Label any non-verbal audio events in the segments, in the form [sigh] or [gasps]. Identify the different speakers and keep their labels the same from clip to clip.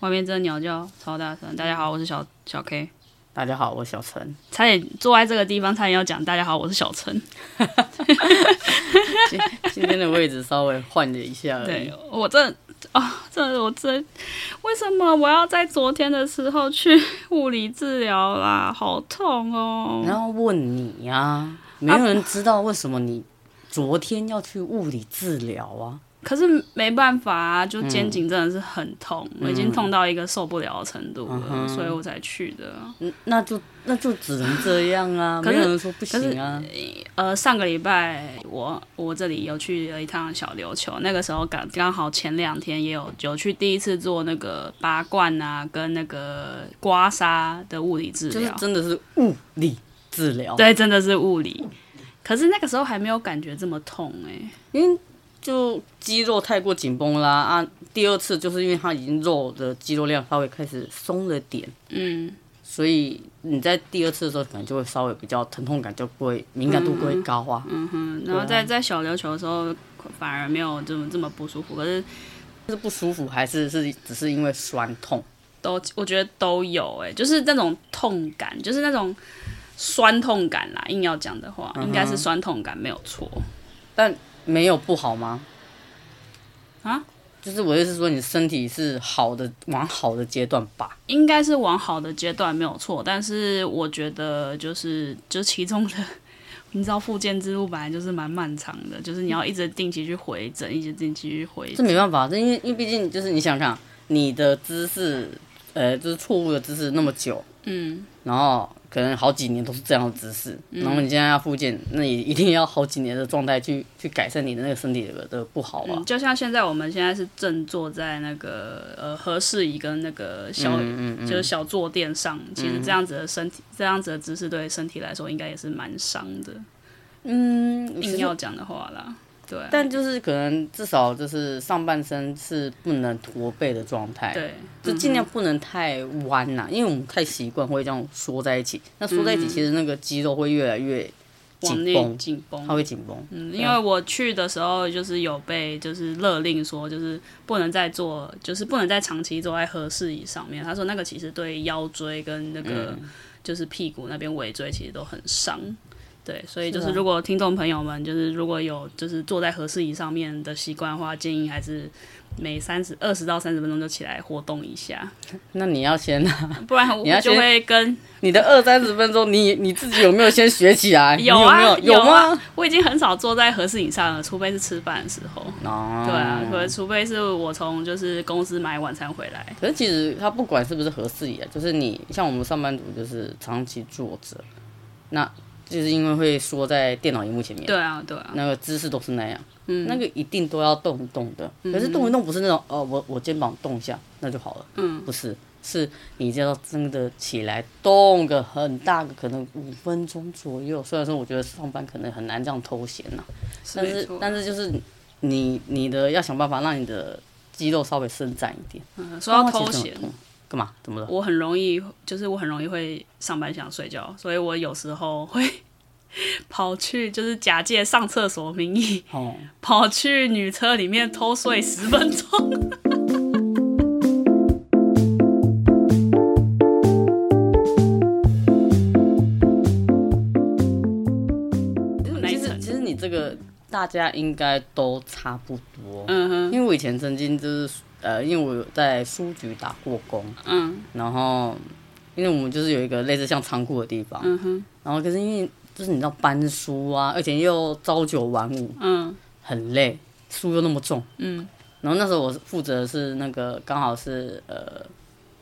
Speaker 1: 外面真的鸟叫超大声。大家好，我是小小 K，
Speaker 2: 大家好，我小陈。
Speaker 1: 差点坐在这个地方，差点要讲大家好，我是小陈。 [laughs]
Speaker 2: 今今天的位置稍微换了一下而已
Speaker 1: 对。我这啊、这我这为什么我要在昨天的时候去物理治疗啦？好痛哦！
Speaker 2: 然后问你呀、
Speaker 1: 啊
Speaker 2: 没有人知道为什么你昨天要去物理治疗啊？
Speaker 1: 可是没办法啊，就肩颈真的是很痛，
Speaker 2: 嗯
Speaker 1: 我已经痛到一个受不了的程度了，所以我才去的。
Speaker 2: 嗯那就那就只能这样啊，
Speaker 1: 可
Speaker 2: 没
Speaker 1: 是
Speaker 2: 有人说不行啊。
Speaker 1: 呃，上个礼拜我我这里有去了一趟小琉球，那个时候刚刚好前两天也有有去第一次做那个拔罐啊，跟那个刮痧的物理治
Speaker 2: 就是
Speaker 1: 疗，
Speaker 2: 真的是物理治疗，
Speaker 1: 对，真的是物理。可是那个时候还没有感觉这么痛哎、
Speaker 2: 因为就肌肉太过紧绷啦啊。第二次就是因为它已经肉的肌肉量稍微开始松了点，
Speaker 1: 嗯，
Speaker 2: 所以你在第二次的时候可能就会稍微比较疼痛感就不会敏感度不会高啊。
Speaker 1: 嗯然后在在小琉球的时候反而没有这么这么不舒服，可是
Speaker 2: 是不舒服还是是只是因为酸痛？
Speaker 1: 都我觉得都有哎、就是那种痛感，就是那种酸痛感啦。硬要讲的话，应该是酸痛感没有错。
Speaker 2: 但没有不好吗？
Speaker 1: 啊？
Speaker 2: 就是我的意思是说，你身体是好的，往好的阶段吧。
Speaker 1: 应该是往好的阶段没有错，但是我觉得就是就其中的，你知道复健之路本来就是蛮漫长的，就是你要一直定期去回诊，一直定期去回
Speaker 2: 这
Speaker 1: 诊。
Speaker 2: 没办法，这因为因为毕竟就是你想想，你的姿势，呃，就是错误的姿势那么久，
Speaker 1: 嗯，
Speaker 2: 然后可能好几年都是这样的姿势，然后你现在要复健，那你一定要好几年的状态去去改善你的那个身体的的不好啊
Speaker 1: 嗯。就像现在我们现在是正坐在那个呃合适椅跟那个小、
Speaker 2: 嗯嗯嗯
Speaker 1: 就是小坐垫上，其实这样子的身体，这样子的姿势对身体来说应该也是蛮伤的。
Speaker 2: 嗯，
Speaker 1: 硬
Speaker 2: 其实
Speaker 1: 要讲的话啦，对啊，
Speaker 2: 但就是可能至少就是上半身是不能驼背的状态，
Speaker 1: 对，
Speaker 2: 就
Speaker 1: 嗯
Speaker 2: 尽量不能太弯呐、因为我们太习惯会这样缩在一起。那缩在一起，其实那个肌肉会越来越
Speaker 1: 嗯往
Speaker 2: 紧
Speaker 1: 内
Speaker 2: 绷，
Speaker 1: 紧绷
Speaker 2: 它。会紧绷。
Speaker 1: 嗯，因为我去的时候就是有被就是勒令说，就是不能再坐，就是不能再长期坐在合适椅上面。他说那个其实对腰椎跟那个
Speaker 2: 嗯
Speaker 1: 就是屁股那边尾椎其实都很伤。对，所以就是
Speaker 2: 是啊
Speaker 1: 如果听众朋友们就是如果有就是坐在合适椅上面的习惯的话，建议还是每三十二十到三十分钟就起来活动一下，
Speaker 2: 那你要先，
Speaker 1: 不然我
Speaker 2: 你要
Speaker 1: 就
Speaker 2: 先
Speaker 1: 会跟
Speaker 2: 你的二三十分钟，你你自己有没有先学起来？ [laughs] 你
Speaker 1: [laughs] 有
Speaker 2: 有
Speaker 1: 啊，
Speaker 2: 没有吗
Speaker 1: 啊？？我已经很少坐在合适椅上了，除非是吃饭的时候。
Speaker 2: 哦
Speaker 1: 对啊，可除非是我从就是公司买晚餐回来，
Speaker 2: 可是其实它不管是不是合适宜啊，就是你像我们上班族就是长期坐着，那就是因为会缩在电脑荧幕前面，
Speaker 1: 对嗯啊，对啊，
Speaker 2: 那个姿势都是那样，那个一定都要动一动的。
Speaker 1: 嗯
Speaker 2: 可是动一动不是那种哦，我我肩膀动一下那就好了，
Speaker 1: 嗯
Speaker 2: 不是，是你就要真的起来动个很大个，可能五分钟左右。虽然说我觉得上班可能很难这样偷闲啊呐、但
Speaker 1: 没
Speaker 2: 是
Speaker 1: 错
Speaker 2: 但是就是你你的要想办法让你的肌肉稍微伸展一点。哦
Speaker 1: 嗯，说到偷
Speaker 2: 其实
Speaker 1: 闲
Speaker 2: 很，痛干嘛？怎么了？
Speaker 1: 我很容易就是我很容易会上班想睡觉，所以我有时候会跑去就是假借上厕所名义
Speaker 2: 哦，
Speaker 1: 跑去女厕里面偷睡十分钟。
Speaker 2: [laughs]
Speaker 1: 那一
Speaker 2: 哦其实
Speaker 1: 层
Speaker 2: 其实你这个大家应该都差不多，
Speaker 1: 嗯哼，
Speaker 2: 因为我以前曾经就是呃，因为我有在书局打过工，
Speaker 1: 嗯
Speaker 2: 然后因为我们就是有一个类似像仓库的地方，
Speaker 1: 嗯哼，
Speaker 2: 然后可是因为就是你知道搬书啊，而且又朝九晚五，
Speaker 1: 嗯
Speaker 2: 很累，书又那么重，
Speaker 1: 嗯
Speaker 2: 然后那时候我是负责的是那个刚好是呃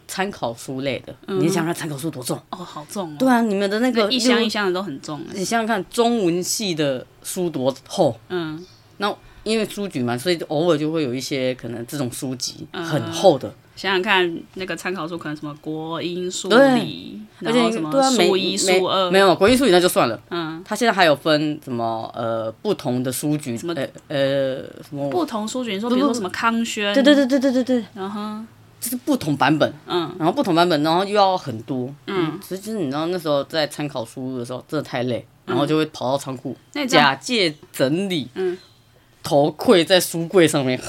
Speaker 2: 参考书类的，你想想参考书多重？
Speaker 1: 哦，好重哦，
Speaker 2: 嗯对啊，你们的那个
Speaker 1: 一箱
Speaker 2: 六
Speaker 1: 一箱的都很重哎。
Speaker 2: 你想想看，中文系的书多厚？
Speaker 1: 嗯
Speaker 2: 嗯那因为书局嘛，所以偶尔就会有一些可能这种书籍很厚的，
Speaker 1: 想想看，那个参考书可能什么国英数
Speaker 2: 对
Speaker 1: 理，
Speaker 2: 而
Speaker 1: 然
Speaker 2: 且
Speaker 1: 后什么
Speaker 2: 对啊，每
Speaker 1: 数一数二，
Speaker 2: 没没有国英数理那就算了，
Speaker 1: 嗯，
Speaker 2: 他现在还有分什么呃不同的书局，
Speaker 1: 什么
Speaker 2: 呃呃什么，
Speaker 1: 不同书局，你说
Speaker 2: 不
Speaker 1: 比如
Speaker 2: 不
Speaker 1: 说什么康轩，
Speaker 2: 对对对对对对对，
Speaker 1: 然后
Speaker 2: 这是不同版本，
Speaker 1: 嗯，
Speaker 2: 然后不同版本，然后又要很多，嗯，其实你知道那时候在参考书的时候真的太累，然后就会跑到仓库
Speaker 1: 嗯那你这样
Speaker 2: 假借整理，嗯，头跪在书柜
Speaker 1: [laughs]
Speaker 2: 上面，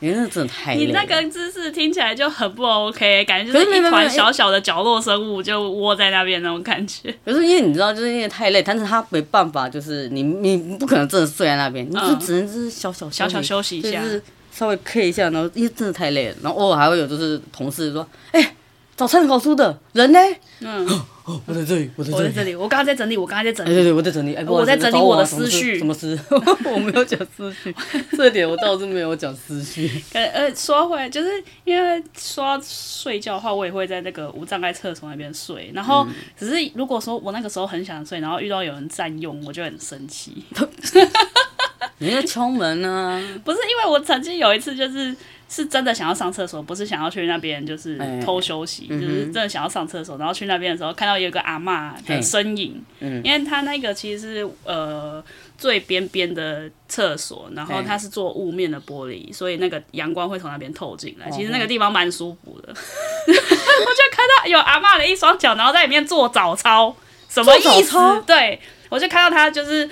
Speaker 2: 你那真的太累
Speaker 1: 你
Speaker 2: 了，
Speaker 1: 那个姿势听起来就很不 OK，感觉就
Speaker 2: 可是
Speaker 1: 是
Speaker 2: 没哎
Speaker 1: 一
Speaker 2: 没
Speaker 1: 团
Speaker 2: 没
Speaker 1: 小小的角落生物就窝在那边那种感觉。
Speaker 2: 可是因为你知道，就是因为太累，但是他没办法，就是你你你不可能真的睡在那边，你就
Speaker 1: 嗯
Speaker 2: 只能就是小小
Speaker 1: 小小休息一下
Speaker 2: 就是稍微 K 一下，然后因为真的太累了，然后偶尔还会有就是同事说，哎、早餐考书的人呢？
Speaker 1: 嗯，
Speaker 2: 哦， [gasps] 我在这里，我在
Speaker 1: 我在
Speaker 2: 这
Speaker 1: 这
Speaker 2: 里。
Speaker 1: 里，我刚刚在整理，我刚刚在整
Speaker 2: 哎，
Speaker 1: 理。
Speaker 2: 对对，我在整理。哎，不好意
Speaker 1: 我
Speaker 2: 思
Speaker 1: 在整理
Speaker 2: 找我
Speaker 1: 我
Speaker 2: 啊
Speaker 1: 的
Speaker 2: 什么
Speaker 1: 思绪
Speaker 2: 什么思？ [laughs] 我没有讲思绪，这点我倒是没有讲思绪。
Speaker 1: 呃呃，说回来，就是因为说到睡觉的话，我也会在那个无障碍厕所那边睡。然
Speaker 2: 嗯
Speaker 1: 后，只是如果说我那个时候很想睡，然后遇到有人占用，我就很生气。
Speaker 2: 你在敲门啊？
Speaker 1: 不是因为我曾经有一次就是是真的想要上厕所，不是想要去那边就是
Speaker 2: 哎
Speaker 1: 偷休息，就是真的想要上厕所，然后去那边的时候看到有个阿嬷的身影，
Speaker 2: 嗯
Speaker 1: 因为他那个其实是呃最边边的厕所，然后
Speaker 2: 哎
Speaker 1: 它是做雾面的玻璃，所以那个阳光会从那边透进来，其实
Speaker 2: 哦
Speaker 1: 那个地方蛮舒服的。我 [laughs] 就看到有阿嬷的一双脚，然后在里面做早操，什么
Speaker 2: 做
Speaker 1: 意思
Speaker 2: 早操？
Speaker 1: 对，我就看到他就是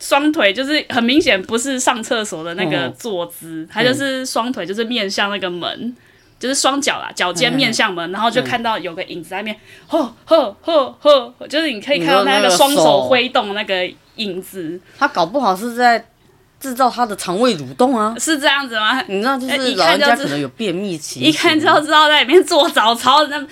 Speaker 1: 双腿，就是很明显不是上厕所的那个
Speaker 2: 哦
Speaker 1: 坐姿，他
Speaker 2: 嗯
Speaker 1: 就是双腿就是面向那个门，就是双脚啦，脚尖面向门，然后就
Speaker 2: 嗯
Speaker 1: 看到有个影子在那边，吼吼吼吼，就是你可以看到
Speaker 2: 你说
Speaker 1: 他
Speaker 2: 那个
Speaker 1: 双手
Speaker 2: 手
Speaker 1: 挥动那个影子，
Speaker 2: 他搞不好是在制造他的肠胃蠕动啊。
Speaker 1: 是这样子吗？
Speaker 2: [laughs] 你知道，就
Speaker 1: 哎
Speaker 2: 是
Speaker 1: 一
Speaker 2: 老
Speaker 1: 看
Speaker 2: 人
Speaker 1: 就
Speaker 2: 家
Speaker 1: 知
Speaker 2: 可能有便秘期，
Speaker 1: 一看就知道在里面做早操，那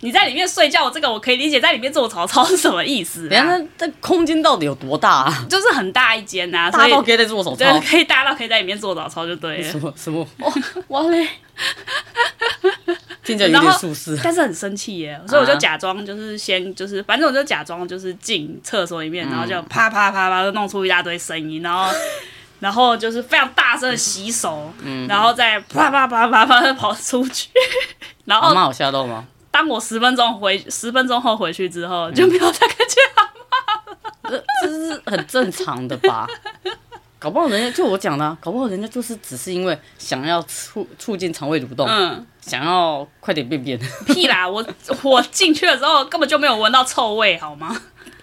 Speaker 1: 你在里面睡觉，这个我可以理解，在里面做早操是什么意思、
Speaker 2: 人
Speaker 1: 啊？
Speaker 2: 家这空间到底有多大啊？
Speaker 1: 就是很大一间呐、啊，
Speaker 2: 大
Speaker 1: 所以
Speaker 2: 到可以在做手操？
Speaker 1: 对，可以大到可以在里面做早操就对了
Speaker 2: [laughs] 什。么什么？哇哇嘞！听起来有
Speaker 1: 然
Speaker 2: 点
Speaker 1: 后
Speaker 2: 舒适。
Speaker 1: 但是很生气耶，所以我就假装就是先就是，反正我就假装就是进厕所里面，然后就啪啪啪啪就弄出一大堆声音，然后然后就是非常大声的洗手，然后再啪啪啪啪啪地跑出去，然
Speaker 2: 阿
Speaker 1: 后
Speaker 2: 妈有吓到吗？
Speaker 1: 当我十分钟回十分钟后回去之后，就没有再看见他。
Speaker 2: [laughs] 这这是很正常的吧？搞不好人家就我讲的啊，搞不好人家就是只是因为想要促促进肠胃蠕动，
Speaker 1: 嗯，
Speaker 2: 想要快点便 [laughs] 便。
Speaker 1: 屁啦！我我进去的时候根本就没有闻到臭味，好吗？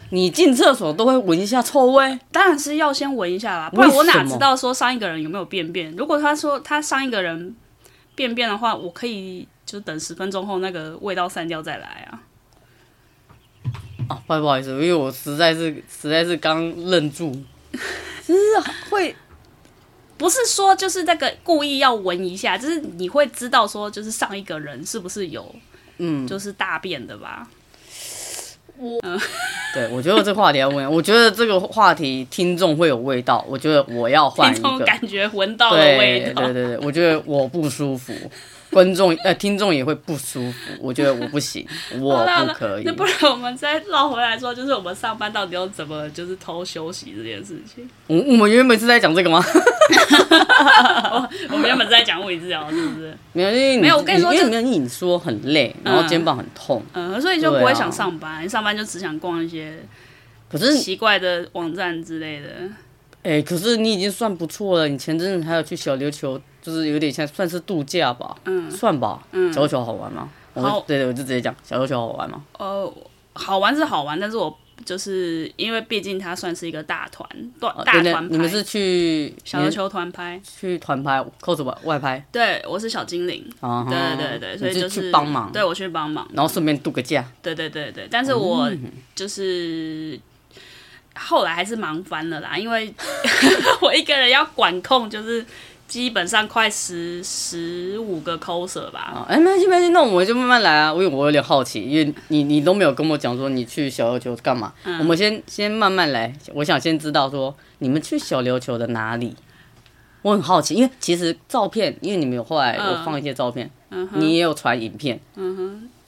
Speaker 2: 你进厕所都会闻一下臭味，
Speaker 1: 当然是要先闻一下啦，不然
Speaker 2: 为
Speaker 1: 我哪
Speaker 2: 什么
Speaker 1: 知道说上一个人有没有便便？如果他说他上一个人便便的话，我可以就等十分钟后那个味道散掉再来啊。
Speaker 2: 啊，不不好意思，因为我实在是实在是刚愣住，
Speaker 1: [laughs]
Speaker 2: 就是会
Speaker 1: 不是说就是那个故意要闻一下，就是你会知道说就是上一个人是不是有
Speaker 2: 嗯，
Speaker 1: 就是大便的吧？
Speaker 2: 对，我觉得这话题要问，啊我觉得这个话题听众会有味道，我觉得我要换
Speaker 1: 听
Speaker 2: 一
Speaker 1: 众
Speaker 2: 个，
Speaker 1: 感觉闻到了味
Speaker 2: 对对
Speaker 1: 道，
Speaker 2: 对对，我觉得我不舒服，观众呃听众也会不舒服，我觉得我不行，
Speaker 1: [laughs]
Speaker 2: 我
Speaker 1: 好啦好
Speaker 2: 哦不
Speaker 1: 啦
Speaker 2: 可以
Speaker 1: 那，不然我们再绕回来说，就是我们上班到底要怎么就是偷休息这件事情？
Speaker 2: 我嗯我们原本是在讲这个吗？ [laughs]
Speaker 1: 我们原本是在讲物理治疗，是不是？
Speaker 2: 没有，因为
Speaker 1: 没有我跟你说
Speaker 2: 因
Speaker 1: 这
Speaker 2: 为没有你说很累，然后
Speaker 1: 嗯
Speaker 2: 肩膀很痛，
Speaker 1: 嗯，所以就不
Speaker 2: 对
Speaker 1: 会
Speaker 2: 啊嗯
Speaker 1: 想上班，你上班就只想逛一些
Speaker 2: 可是
Speaker 1: 奇怪的网站之类的。
Speaker 2: 哎，可是你已经算不错了，你前阵子还有去小琉球，就是有点像算是度假吧，嗯，算吧，嗯，小琉球好玩吗？我
Speaker 1: 好
Speaker 2: 对对，我就直接讲小琉球好玩吗？
Speaker 1: 呃，好玩是好玩，但是我就是因为毕竟它算是一个大团，大
Speaker 2: 啊
Speaker 1: 大
Speaker 2: 对对
Speaker 1: 团拍，
Speaker 2: 你们是去
Speaker 1: 小
Speaker 2: 你
Speaker 1: 琉
Speaker 2: 们
Speaker 1: 球团拍。
Speaker 2: 去团拍，扣着外外拍
Speaker 1: 对，我是小精灵。
Speaker 2: 啊，
Speaker 1: 对对对，所以
Speaker 2: 你
Speaker 1: 就是是
Speaker 2: 去帮忙，嗯
Speaker 1: 对我去帮忙。
Speaker 2: 然后顺便度个假，
Speaker 1: 对对对对，但是我就是后来还是忙翻了啦，因
Speaker 2: [laughs]
Speaker 1: 为我一个人要管控，就是基本上快十十五个 coser 吧。
Speaker 2: 啊，哎，没关系没关系，那我们就慢慢来啊，因为我有点好奇，因为你你都没有跟我讲说你去小琉球干嘛，
Speaker 1: 嗯
Speaker 2: 我们先先慢慢来，我想先知道说你们去小琉球的哪里，我很好奇，因为
Speaker 1: 嗯
Speaker 2: 其实照片，因为你们有后来有放一些照片，你也有传影片，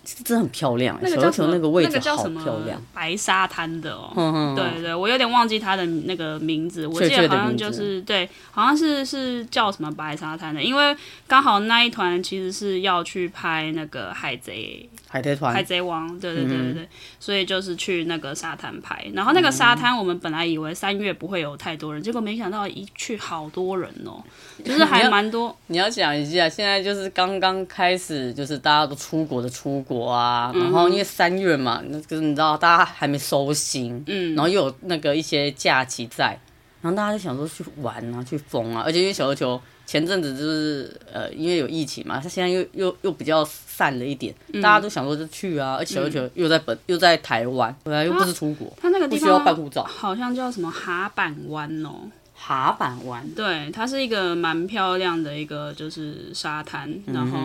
Speaker 2: 是真的很漂亮、欸，
Speaker 1: 那个
Speaker 2: 小
Speaker 1: 叫
Speaker 2: 琉
Speaker 1: 什
Speaker 2: 球
Speaker 1: 么？
Speaker 2: 那个位
Speaker 1: 那
Speaker 2: 置
Speaker 1: 个叫
Speaker 2: 好
Speaker 1: 什么
Speaker 2: 漂亮，？
Speaker 1: 白沙滩的哦。
Speaker 2: 嗯嗯，嗯
Speaker 1: 对对，我有点忘记它的那个名字，我记
Speaker 2: 确切
Speaker 1: 得好
Speaker 2: 的
Speaker 1: 像
Speaker 2: 名
Speaker 1: 就
Speaker 2: 字
Speaker 1: 是对，好像是是叫什么白沙滩的，因为刚好那一团其实是要去拍那个海贼
Speaker 2: 海贼嗯
Speaker 1: 海
Speaker 2: 团，
Speaker 1: 贼王，对对对对对，所以就是去那个沙滩拍。然后那个沙滩，我们本来以为三月不会有太多人，结果没想到一去好多人哦、
Speaker 2: [laughs]
Speaker 1: 就是还蛮多。
Speaker 2: 你要想一下，现在就是刚刚开始，就是大家都出国的出国啊，然后因为三月嘛，那个你知道大家还没收心，嗯，然后又有那个一些假期在，然后大家就想说去玩啊，去疯啊，而且因为小琉球前阵子就是呃，因为有疫情嘛，它现在又又又比较散了一点，大家都想说就去啊，而且小琉球又在本、又在台湾，对啊，又啊不是出国，
Speaker 1: 它那个
Speaker 2: 不
Speaker 1: 地
Speaker 2: 需要
Speaker 1: 方
Speaker 2: 办护照，
Speaker 1: 好像叫什么哈板湾哦、
Speaker 2: 爬板湾，
Speaker 1: 对，它是一个蛮漂亮的一个就是沙滩，然后、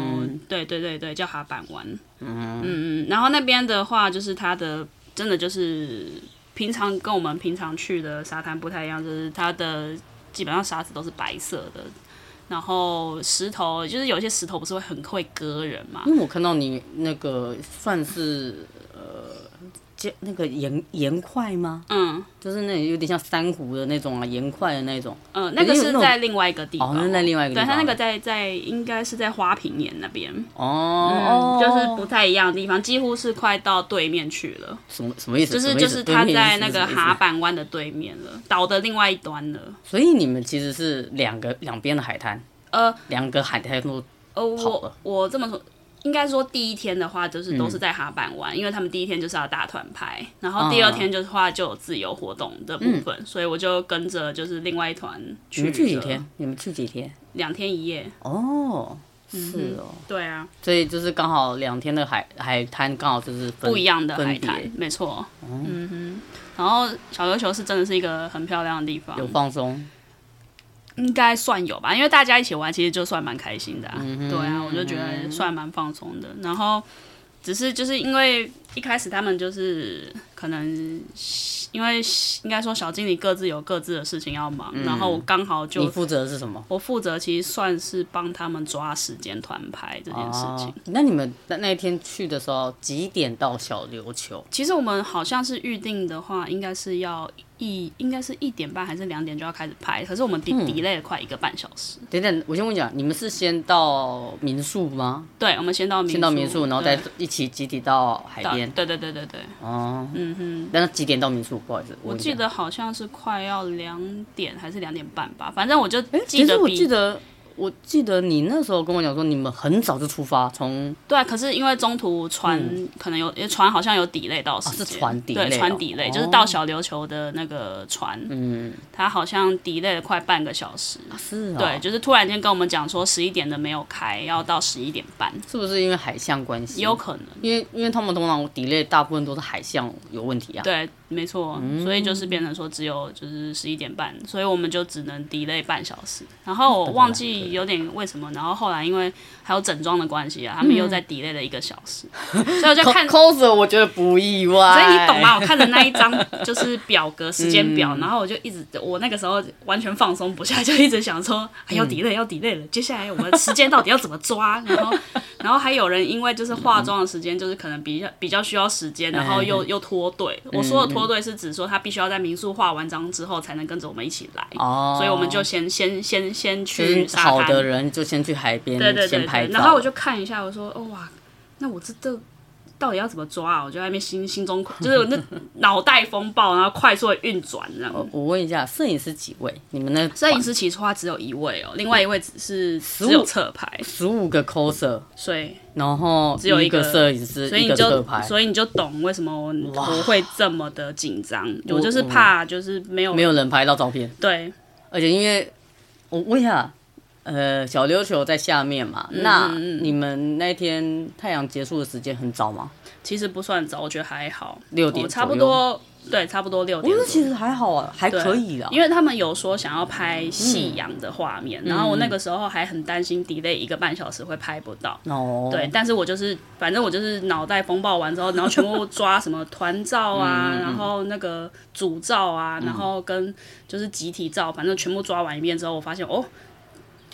Speaker 1: 对对对对，叫哈板湾。嗯嗯，然后那边的话，就是它的真的就是平常跟我们平常去的沙滩不太一样，就是它的基本上沙子都是白色的，然后石头就是有一些石头不是会很会割人嘛，
Speaker 2: 因为我看到你那个算是呃，接那个岩岩块吗？
Speaker 1: 嗯
Speaker 2: 就是那有点像珊瑚的那种啊，岩块的那种。
Speaker 1: 嗯，那个
Speaker 2: 有那
Speaker 1: 是
Speaker 2: 种
Speaker 1: 在另外一个地
Speaker 2: 哦
Speaker 1: 方，
Speaker 2: 那是在另外一个地
Speaker 1: 对，它那
Speaker 2: 方
Speaker 1: 个在在应该是在花瓶岩那边，嗯，
Speaker 2: 哦，
Speaker 1: 就是不太一样的地方，几乎是快到对面去了，
Speaker 2: 什么什么意思？
Speaker 1: 就是
Speaker 2: 什么意
Speaker 1: 就
Speaker 2: 思
Speaker 1: 是它在那个。
Speaker 2: 对什么意
Speaker 1: 哈
Speaker 2: 思
Speaker 1: 板湾的对面了，岛的另外一端了。
Speaker 2: 所以你们其实是两个两边的海滩，
Speaker 1: 呃
Speaker 2: 两个海滩都
Speaker 1: 呃，
Speaker 2: 跑
Speaker 1: 我
Speaker 2: 了
Speaker 1: 我这么说。应该说第一天的话，就是都是
Speaker 2: 嗯
Speaker 1: 在哈板湾，因为他们第一天就是要大团拍，然后第二天的话就有自由活动的部分，所以我就跟着就是另外一团
Speaker 2: 嗯你
Speaker 1: 去。
Speaker 2: 们去几天？？你们去几天？
Speaker 1: 两天一夜。
Speaker 2: 哦，是哦，
Speaker 1: 对啊，
Speaker 2: 所以就是刚好两天的海海滩刚好就是分
Speaker 1: 不一样的海
Speaker 2: 分
Speaker 1: 滩
Speaker 2: 别，
Speaker 1: 没错。嗯哼，然后小琉球是真的是一个很漂亮的地方，
Speaker 2: 有放松，
Speaker 1: 嗯应该算有吧，因为大家一起玩，其实就算蛮开心的、啊。
Speaker 2: 嗯
Speaker 1: 对啊，我就觉得算蛮放松的。然后只是就是因为一开始他们就是可能因为应该说小经理各自有各自的事情要忙，然后我刚好
Speaker 2: 嗯你
Speaker 1: 就
Speaker 2: 负责的是什么？
Speaker 1: 我负责，其实算是帮他们抓时间团拍这件事情。
Speaker 2: 哦那你们那那一天去的时候几点到小琉球？
Speaker 1: 其实我们好像是预定的话，应该是要一应该是一点半还是两点就要开始拍，可是我们
Speaker 2: 嗯
Speaker 1: de delay 了快一个半小时。
Speaker 2: 等等，我先问你讲，你们是先到民宿吗？
Speaker 1: 对，我们先到民
Speaker 2: 先到民宿，然后再
Speaker 1: 对
Speaker 2: 一起集体到海
Speaker 1: 到
Speaker 2: 边。
Speaker 1: 对对对对对。
Speaker 2: 哦，嗯哼。那几点到民宿？不好意思，
Speaker 1: 我
Speaker 2: 问一
Speaker 1: 记
Speaker 2: 下。
Speaker 1: 得好像是快要两点还是两点半吧，反正我就
Speaker 2: 哎，
Speaker 1: 记
Speaker 2: 其实
Speaker 1: 得
Speaker 2: 我
Speaker 1: 比
Speaker 2: 记得，我记得你那时候跟我讲说，你们很早就出发，从
Speaker 1: 对啊，可是因为中途船可能有因为船好像有抵累到时间，
Speaker 2: 嗯哦是船 delay
Speaker 1: 对船
Speaker 2: 哦
Speaker 1: 抵累、就是到小琉球的那个船，嗯，它好像抵累了快半个小时，
Speaker 2: 是啊，
Speaker 1: 对，，就是突然间跟我们讲说十一点的没有开，要到十一点半，
Speaker 2: 是不是因为海象关系？
Speaker 1: 也有，可能，
Speaker 2: 因为因为他们通常 delay 大部分都是海象有问题啊。
Speaker 1: 对，没错，所以就是变成说只有就是十一点半，所以我们就只能 delay 半小时。然后我忘记有点为什么，然后后来因为还有整装的关系啊，他们又再 delay 了一个小时，所以我就看
Speaker 2: Co-。，coser 我觉得不意外。
Speaker 1: 所以你懂吗？？啊我看着那一
Speaker 2: [laughs]
Speaker 1: 张就是表格、时间表，
Speaker 2: 嗯
Speaker 1: 然后我就一直，我那个时候完全放松不下，就一直想说、哎、
Speaker 2: 嗯
Speaker 1: 要 delay 要 delay 了，接下来我们时间到底要怎么抓？然后，然后还有人因为就是化妆的时间就是可能比较比较需要时间，然后
Speaker 2: 哎
Speaker 1: 又又脱队。
Speaker 2: 嗯
Speaker 1: 我说的脱队是指说他必须要在民宿化完妆之后才能跟着我们一起来，
Speaker 2: 哦，
Speaker 1: 所以我们就先先先先去
Speaker 2: 就是
Speaker 1: 沙
Speaker 2: 好的
Speaker 1: 滩。
Speaker 2: 人就先去海边，
Speaker 1: 对对对
Speaker 2: 先拍
Speaker 1: 对，
Speaker 2: 照。
Speaker 1: 然后我就看一下，我说哦哇，那我这这到底要怎么抓啊？我就在那边心心中就是我那脑袋风暴，然后快速的运转这样。
Speaker 2: 我我问一下，摄影师几位？你们那
Speaker 1: 摄影师起初他只有一位哦，另外一位只是只
Speaker 2: 15
Speaker 1: 有侧拍，
Speaker 2: 十五个 coser，
Speaker 1: 所以
Speaker 2: 然后只
Speaker 1: 有
Speaker 2: 一
Speaker 1: 一个
Speaker 2: 摄影师，
Speaker 1: 所以
Speaker 2: 一
Speaker 1: 你
Speaker 2: 个特
Speaker 1: 就
Speaker 2: 拍，
Speaker 1: 所以你就懂为什么我我会这么的紧张，
Speaker 2: 我
Speaker 1: 我就是怕就是没有
Speaker 2: 嗯没有人拍到照片。
Speaker 1: 对
Speaker 2: 而且因为我问一下，呃，小琉球在下面嘛，
Speaker 1: 嗯
Speaker 2: 那你们那天太阳结束的时间很早吗？
Speaker 1: 其实不算早，我觉得还好，
Speaker 2: 六点
Speaker 1: 我差不
Speaker 2: 左右
Speaker 1: 多对差不多六点左
Speaker 2: 我说
Speaker 1: 右。
Speaker 2: 其实还好啊，还嗯
Speaker 1: 对
Speaker 2: 可以啦。
Speaker 1: 因为他们有说想要拍夕阳的画面，然后我那个时候还很担心 delay 一个半小时会拍不到。
Speaker 2: 哦，
Speaker 1: 对，，但是我就是，反正我就是脑袋风暴完之后，然后全部抓什么团照啊，
Speaker 2: 嗯
Speaker 1: 然后那个组照啊，然后跟就是集体照，反正全部抓完一遍之后，我发现哦，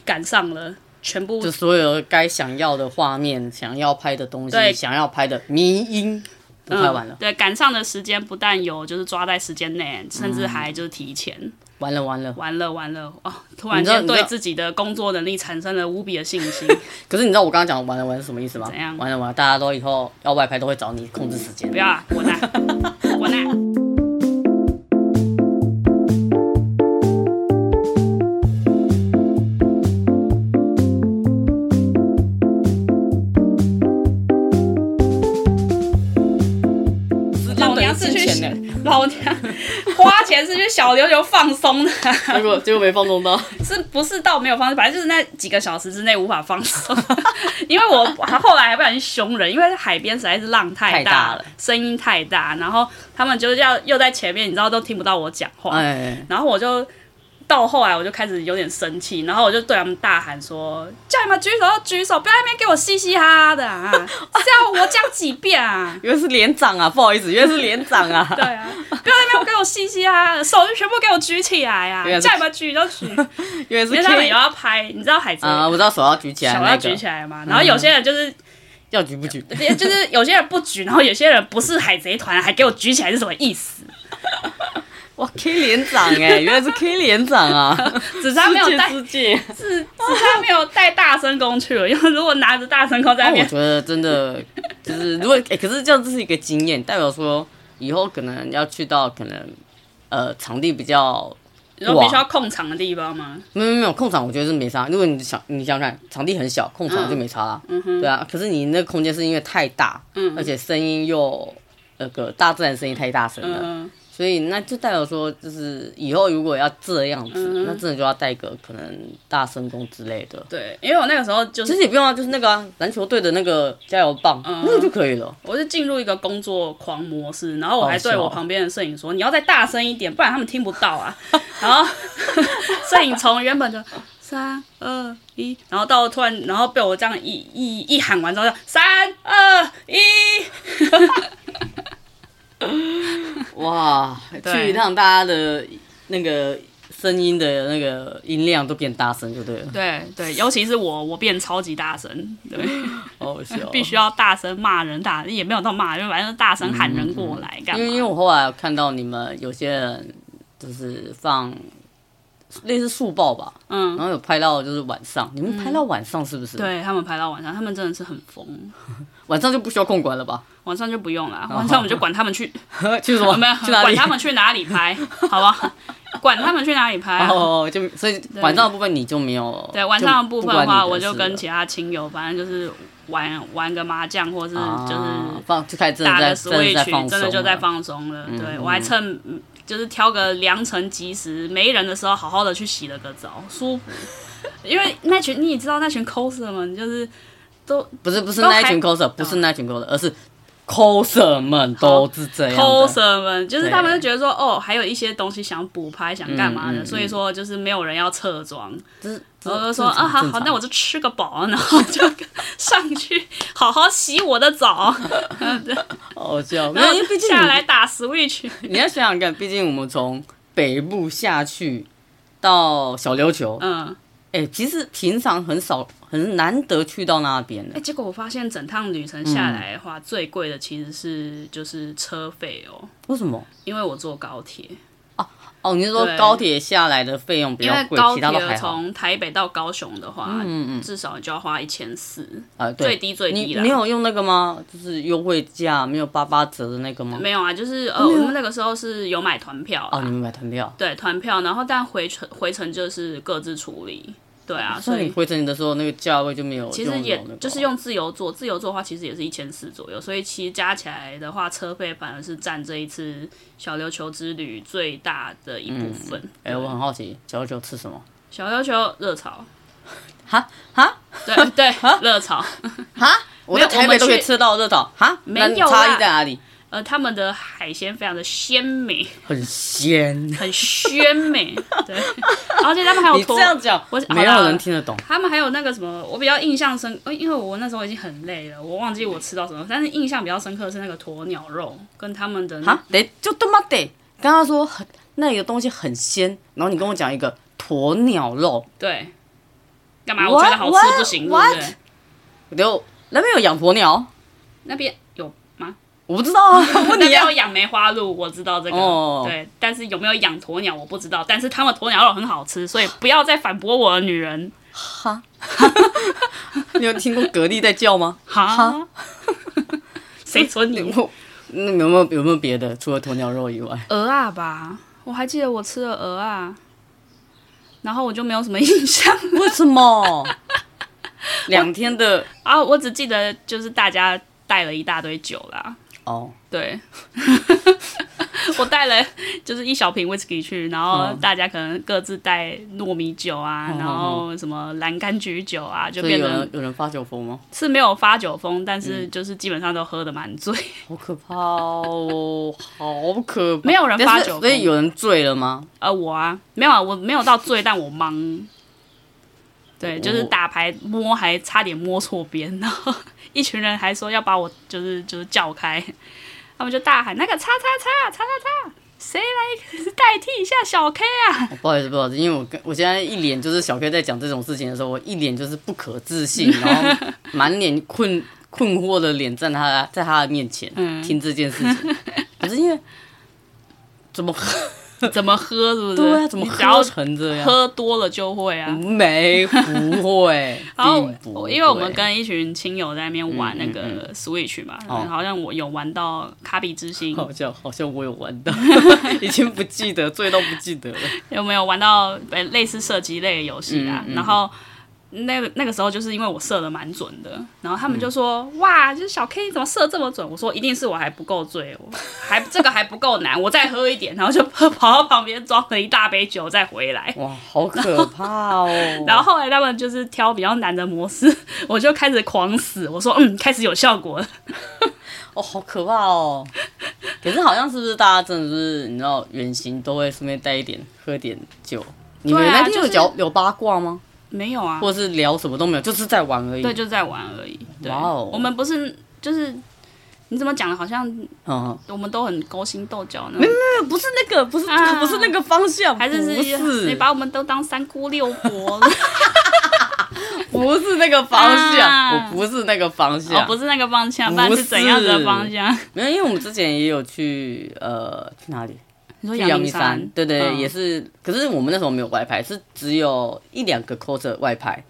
Speaker 1: 赶上了。全部
Speaker 2: 就所有该想要的画面、想要拍的东
Speaker 1: 对
Speaker 2: 西、想要拍的迷音都拍完了
Speaker 1: 嗯，，对，赶上的时间不但有就是抓在时间内，甚至还就是提前。
Speaker 2: 完了完了。
Speaker 1: 完了完了哦！突然
Speaker 2: 嗯你知道
Speaker 1: 间
Speaker 2: 你知道
Speaker 1: 对自己的工作能力产生了无比的信心。
Speaker 2: 可是你知道我刚刚讲完了完了是什么意思吗？
Speaker 1: 怎样
Speaker 2: 完了完了，大家都以后要外拍都会找你控制时
Speaker 1: [laughs]
Speaker 2: 间
Speaker 1: 不。要啊，滚啊，滚啊！
Speaker 2: 时
Speaker 1: 老
Speaker 2: 等于
Speaker 1: 娘是去
Speaker 2: 金钱呢，
Speaker 1: 老娘花钱是去小琉球放松的，
Speaker 2: 结果结果没放松到。
Speaker 1: 是不是到没有放松？反正就是那几个小时之内无法放松。 [laughs] 因为我后来还不小心凶人，因为海边实在是浪太大
Speaker 2: 太大了
Speaker 1: 声音太大，然后他们就是要又在前面，你知道都听不到我讲话。
Speaker 2: [laughs] 哎，
Speaker 1: 然后我就到后来我就开始有点生气，然后我就对他们大喊说：“叫你们举手就举手，不要在那边给我嘻嘻哈哈的
Speaker 2: [laughs]
Speaker 1: 啊！是要我讲几遍啊？
Speaker 2: 原来是连长啊，不好意思，原来是连长啊。
Speaker 1: [laughs] 对啊，不要在那边给我嘻嘻哈哈的，手就全部给我举起来啊！
Speaker 2: 原来是
Speaker 1: 叫你们举就
Speaker 2: [laughs]
Speaker 1: 举，因
Speaker 2: 原来
Speaker 1: 为
Speaker 2: 是
Speaker 1: 他们
Speaker 2: K
Speaker 1: 也要拍，你知道海贼。
Speaker 2: [laughs] 啊、我知道手要举起来、
Speaker 1: 手要
Speaker 2: 那个，嗯
Speaker 1: 举起来嘛，然后有些人就是，
Speaker 2: 要举不举？
Speaker 1: [laughs] 就是有些人不举，然后有些人不是海贼团，还给我举起来是什么意
Speaker 2: [laughs]
Speaker 1: 思？
Speaker 2: 哇，K 连长
Speaker 1: [laughs]
Speaker 2: 哎、原来是 K 连长啊！
Speaker 1: 只是 [laughs] 他没有带，
Speaker 2: 世界。
Speaker 1: 只是他没有带大声公去了，因 [laughs] 为如果拿着大声公在那
Speaker 2: [laughs] 但我
Speaker 1: 边
Speaker 2: 觉得真的就是，如果哎、可是这样这是一个经验，代表说以后可能要去到可能呃场地比较
Speaker 1: 然后必须要控场的地方吗？
Speaker 2: 没有没有没有空场，我觉得是没差。如果你想你想想看，场地很小，空场就没差啦。对啊，可是你那个空间是因为太大，而且声音又那个大自然声音太大声了，
Speaker 1: 嗯，
Speaker 2: 所以那就代表说，就是以后如果要这样子，那真的就要带个可能大声公之类的。
Speaker 1: 对，因为我那个时候就
Speaker 2: 其
Speaker 1: 是，
Speaker 2: 实也不用啊，就是那个、啊、篮球队的那个加油棒，那个就可以了。
Speaker 1: 我是进入一个工作狂模式，然后我还
Speaker 2: 哦是哦
Speaker 1: 对我旁边的摄影说：“你要再大声一点，不然他们听不到啊。” [laughs] 然后摄影从原本就三二一，然后到突然，然后被我这样一一一喊完之后就三二一，
Speaker 2: 哇，去一趟，大家的那个声音的那个音量都变大声就对了，
Speaker 1: 对对，尤其是我，我变超级大声，对，
Speaker 2: 好好笑哦。
Speaker 1: 必须要大声骂人，大也没有到骂人，就反正大声喊人过来干
Speaker 2: 因嗯为因为
Speaker 1: 嘛？
Speaker 2: 我后来有看到你们有些人就是放类似速报吧，
Speaker 1: 嗯
Speaker 2: 然，后有拍到就是晚上，你们拍到晚上是不是？，
Speaker 1: 对他们拍到晚上，他们真的是很疯。
Speaker 2: 晚上就不需要控管了吧？ [laughs]
Speaker 1: 晚上就不用了，晚上我们就管他们去，
Speaker 2: 去什
Speaker 1: 我
Speaker 2: 么？
Speaker 1: 们
Speaker 2: 去哪
Speaker 1: 啊管
Speaker 2: 里？
Speaker 1: 他们去哪里拍，好
Speaker 2: [laughs]
Speaker 1: 吧？管他们去哪里拍啊、
Speaker 2: 哦，就所以晚上的部分你就没有
Speaker 1: 对，晚上的
Speaker 2: 就
Speaker 1: 部
Speaker 2: 不
Speaker 1: 分
Speaker 2: 管
Speaker 1: 的
Speaker 2: 你
Speaker 1: 话，
Speaker 2: 的
Speaker 1: 我就
Speaker 2: 事
Speaker 1: 跟
Speaker 2: 了
Speaker 1: 其他亲友，反正就是玩玩个麻将，或是
Speaker 2: 啊
Speaker 1: 就是
Speaker 2: 放就开始真
Speaker 1: 打
Speaker 2: 的
Speaker 1: 个
Speaker 2: 在真的在
Speaker 1: Switch，
Speaker 2: 放
Speaker 1: 真的就
Speaker 2: 松啊
Speaker 1: 在
Speaker 2: 了
Speaker 1: 放松了。对我还趁嗯就是挑个良辰吉时，没人的时候，好好的去洗了个澡，
Speaker 2: [laughs]
Speaker 1: 舒服。因为那群你也知道，那群 coser 们就是都
Speaker 2: 不是不是
Speaker 1: 都嗯
Speaker 2: 那一
Speaker 1: 还
Speaker 2: 群 coser，不是那一群 coser，而是 coser 们都是这样的。
Speaker 1: coser 们，就是
Speaker 2: 对
Speaker 1: 他们就觉得说，哦，还有一些东西想补拍，想干嘛的，
Speaker 2: 嗯嗯
Speaker 1: 所以说就是没有人要撤装，
Speaker 2: 这是
Speaker 1: 然后就
Speaker 2: 这
Speaker 1: 是说啊，
Speaker 2: 正
Speaker 1: 好
Speaker 2: 常
Speaker 1: 好，那我就吃个饱，然后就 [laughs] 上去好好洗我的澡，
Speaker 2: 好笑，没
Speaker 1: 然后
Speaker 2: 有，因为毕竟
Speaker 1: 下
Speaker 2: 你
Speaker 1: 来打 Switch，
Speaker 2: [laughs] 你要想想看，毕竟我们从北部下去到小琉球，
Speaker 1: 嗯，
Speaker 2: 哎、其实平常很少很难得去到那边
Speaker 1: 哎，
Speaker 2: 的。
Speaker 1: 结果我发现整趟旅
Speaker 2: 嗯
Speaker 1: 程下来的话，最贵的其实是就是车费哦，
Speaker 2: 为什么？
Speaker 1: 因为我坐高铁，
Speaker 2: 哦，你是说
Speaker 1: 对
Speaker 2: 高铁下来的费用比
Speaker 1: 因
Speaker 2: 较
Speaker 1: 为
Speaker 2: 贵，
Speaker 1: 高
Speaker 2: 其他都
Speaker 1: 铁
Speaker 2: 还好。
Speaker 1: 从台北到高雄的话，
Speaker 2: 嗯嗯
Speaker 1: 至少就要花一千四，
Speaker 2: 啊，对，
Speaker 1: 最低最低
Speaker 2: 你
Speaker 1: 啦
Speaker 2: 没有用那个吗？就是优惠价，没有八八折的那个吗？
Speaker 1: 没有啊，就是呃，我们那个时候是有买团票
Speaker 2: 哦，
Speaker 1: 啦，
Speaker 2: 你们买团票。
Speaker 1: 对团票，然后但回程回程就是各自处理，对啊，所
Speaker 2: 所以你
Speaker 1: 以
Speaker 2: 回程的时候，那个价位就没有
Speaker 1: 其
Speaker 2: 用
Speaker 1: 实
Speaker 2: 那
Speaker 1: 也
Speaker 2: 个哦
Speaker 1: 就是用自由座，自由座的话其实也是一千四左右，所以其实加起来的话，车费反而是占这一次小琉球之旅最大的一部分。
Speaker 2: 哎、我很好奇，小琉球吃什么？
Speaker 1: 小琉球热潮，
Speaker 2: 哈哈
Speaker 1: 对 [laughs] 对，热潮，
Speaker 2: 哈！我
Speaker 1: 没
Speaker 2: 在
Speaker 1: 有我们
Speaker 2: 台北都可以
Speaker 1: 去
Speaker 2: 吃到热炒，哈？
Speaker 1: 没
Speaker 2: 那
Speaker 1: 有
Speaker 2: 差
Speaker 1: 啦
Speaker 2: 异在哪里？
Speaker 1: 呃，他们的海鲜非常的鲜美，
Speaker 2: 很鲜。
Speaker 1: 很鲜美，对，而且他们还有
Speaker 2: 你
Speaker 1: 拖
Speaker 2: 哦这，样讲
Speaker 1: 我是，
Speaker 2: 没
Speaker 1: 好
Speaker 2: 有
Speaker 1: 啦
Speaker 2: 人听得懂。
Speaker 1: 他们还有那个什么，我比较印象深，呃因为我那时候已经很累了，我忘记我吃到什么，但是印象比较深刻的是那个鸵鸟肉跟他们的那
Speaker 2: 啊，得就他妈得，刚刚说很那个东西很鲜，然后你跟我讲一个鸵鸟肉，
Speaker 1: 对，干嘛？我觉得好吃不行，对
Speaker 2: What？
Speaker 1: 不对？
Speaker 2: 就那边有养鸵鸟，
Speaker 1: 那边有吗？
Speaker 2: 我不知道啊， [laughs] 问
Speaker 1: 那
Speaker 2: 你
Speaker 1: 边
Speaker 2: 啊
Speaker 1: 有。养梅花鹿，我知道这个。
Speaker 2: 哦
Speaker 1: 对，但是有没有养鸵鸟我不知道，但是他们鸵鸟肉很好吃，所以不要再反驳我的女人。
Speaker 2: 哈，你有听过蛤蜊在叫吗？
Speaker 1: 哈， [laughs] 谁准你？
Speaker 2: 我那有没有有没有别的？除了鸵鸟肉以外，
Speaker 1: 鹅啊吧，我还记得我吃了鹅啊， [laughs] 然后我就没有什么印象
Speaker 2: [laughs] 为什么？ [laughs] 两天的
Speaker 1: 啊，我只记得就是大家带了一大堆酒啦。
Speaker 2: 哦，
Speaker 1: 对， [laughs] 我带了就是一小瓶 whisky 去，然后
Speaker 2: 嗯
Speaker 1: 大家可能各自带糯米酒啊，
Speaker 2: 嗯
Speaker 1: 然后什么蓝柑橘酒啊，就
Speaker 2: 所以
Speaker 1: 变
Speaker 2: 有嗯
Speaker 1: 成
Speaker 2: 人有人发酒疯吗？
Speaker 1: 是没有发酒疯，但是就是基本上都喝的蛮醉。 [laughs]
Speaker 2: 好可怕哦，好可怕！
Speaker 1: 没有人发酒疯
Speaker 2: 但是所以有人醉了吗？
Speaker 1: 呃，我啊，没有啊，我没有到醉，但我懵。对，就是打牌摸还差点摸错边，然后 [laughs] 一群人还说要把我就是就是叫开，他们就大喊那个叉叉叉叉叉叉，谁来代替一下小 K 啊？
Speaker 2: 哦不好意思，不好意思，因为我跟我现在一脸就是小 K 在讲这种事情的时候，我一脸就是不可
Speaker 1: [laughs]
Speaker 2: 置信，然后满脸困困惑的脸站他在他的面前、
Speaker 1: 嗯
Speaker 2: 听这件事
Speaker 1: [laughs]
Speaker 2: 情，可是因为怎么喝？
Speaker 1: 怎么喝是不是？
Speaker 2: 对啊，怎么
Speaker 1: 你只要
Speaker 2: 喝成这样？嗯
Speaker 1: 喝多了就会啊。
Speaker 2: 没不会，
Speaker 1: [laughs] 然后
Speaker 2: 并不
Speaker 1: 我
Speaker 2: 会
Speaker 1: 因为我们跟一群亲友在那边玩那
Speaker 2: 嗯
Speaker 1: 个 Switch 嘛，
Speaker 2: 哦
Speaker 1: 好像我有玩到卡比之心，
Speaker 2: 好像好像我有玩
Speaker 1: [laughs]
Speaker 2: 到，已经不记得，醉到不记得了。
Speaker 1: 有没有玩到呃类似射击类的游戏啦？
Speaker 2: 嗯嗯
Speaker 1: 然后那个那个时候就是因为我射的蛮准的，然后他们就说：“哇，
Speaker 2: 嗯
Speaker 1: 就是小 K 你怎么射这么准？”我说：“一定是我还不够醉，我还这个还不够难，我再喝一点。”然后就跑到旁边装了一大杯酒再回来。
Speaker 2: 哇，好可怕哦！
Speaker 1: [laughs] 然后后来他们就是挑比较难的模式， [laughs] 我就开始狂死。我说：“嗯，开始有效果了。
Speaker 2: 哦，好可怕哦！ [laughs] 可是好像是不是大家真的是你知道远行都会顺便带一点喝点酒？你们
Speaker 1: 对啊
Speaker 2: 那天有
Speaker 1: 就是
Speaker 2: 聊、有八卦吗？”
Speaker 1: 没有啊，
Speaker 2: 或者是聊什么都没有，就是在玩而已。
Speaker 1: 对，就在玩而已。对，
Speaker 2: 哇哦
Speaker 1: 我们不是就是你怎么讲的，好像
Speaker 2: 嗯，
Speaker 1: 我们都很勾心斗角呢。
Speaker 2: 嗯，不是那个，不是、
Speaker 1: 啊
Speaker 2: 不是那个方向，
Speaker 1: 还是是
Speaker 2: 不是
Speaker 1: 你把我们都当三姑六婆 [laughs] 了？
Speaker 2: 不是那个方向，
Speaker 1: 啊
Speaker 2: 我不是那个方向，
Speaker 1: 哦，不是那个方向，不然是怎样的方向？
Speaker 2: 没有，因为我们之前也有去呃去哪里？
Speaker 1: 你说
Speaker 2: 去阳
Speaker 1: 明嗯
Speaker 2: 山，对对，也
Speaker 1: 是
Speaker 2: 是。可是我们那时候没有外拍，是只有一两个 coser 外拍，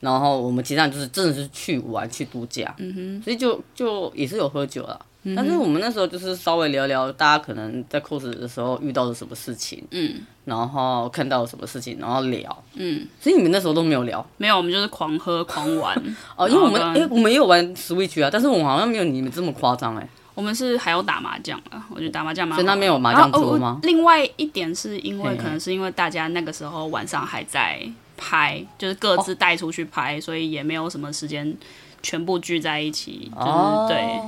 Speaker 2: 然后我们其他人就是真的是去玩去度假，嗯哼，所以就就也是有喝酒了。
Speaker 1: 嗯
Speaker 2: 但是我们那时候就是稍微聊聊，大家可能在 cos 的时候遇到了什么事情，
Speaker 1: 嗯，
Speaker 2: 然后看到了什么事情，然后聊，
Speaker 1: 嗯，
Speaker 2: 所以你们那时候都没有聊
Speaker 1: 没有，我们就是狂喝狂 [laughs] 玩。
Speaker 2: 哦，因为我们
Speaker 1: 然后
Speaker 2: 哎、
Speaker 1: 跟
Speaker 2: 我们也有玩 Switch 啊，但是我们好像没有你们这么夸张哎，
Speaker 1: 我们是还有打麻将啊，我觉得打麻将蛮好玩。
Speaker 2: 所以那边有麻将桌
Speaker 1: 然后
Speaker 2: 吗
Speaker 1: 哦？另外一点是因为
Speaker 2: 嘿
Speaker 1: 可能是因为大家那个时候晚上还在拍，就是各自带出去拍，所以也没有什么时间全部聚在一起。就是、
Speaker 2: 哦，嗯
Speaker 1: 对，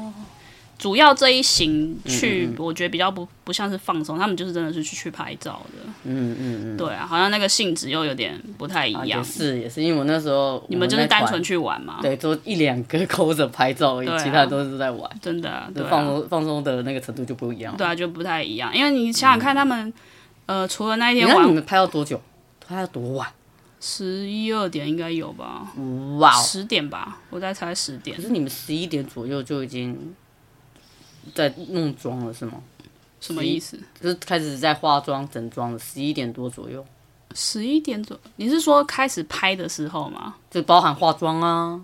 Speaker 1: 主要这一行去，我觉得比较不不像是放松，他们就是真的是去去拍照的。
Speaker 2: 嗯嗯嗯，
Speaker 1: 对啊，好像那个性质又有点不太一
Speaker 2: 啊
Speaker 1: 样。
Speaker 2: 也是也是，因为我那时候
Speaker 1: 你们就是
Speaker 2: 那
Speaker 1: 单
Speaker 2: 团
Speaker 1: 纯去玩嘛？
Speaker 2: 对，都一两个 [laughs] 抠着拍照而已，
Speaker 1: 对啊
Speaker 2: 其他都是在玩，
Speaker 1: 真的啊，
Speaker 2: 就
Speaker 1: 对啊
Speaker 2: 放松放松的那个程度就不一样。
Speaker 1: 对啊，就不太一样。因为你想想看，他们、呃，除了那一
Speaker 2: 嗯你
Speaker 1: 天
Speaker 2: 看你
Speaker 1: 晚
Speaker 2: 们拍到多久？拍到多晚？
Speaker 1: 十一二点应该有吧，
Speaker 2: 哇哦！
Speaker 1: 十、点吧，我在猜十点
Speaker 2: 可。是你们十一点左右就已经在弄妆了，是吗？
Speaker 1: 什么意思？
Speaker 2: 就是开始在化妆整妆了，十一点多左右，
Speaker 1: 十一点左，你是说开始拍的时候吗？
Speaker 2: 就包含化妆啊，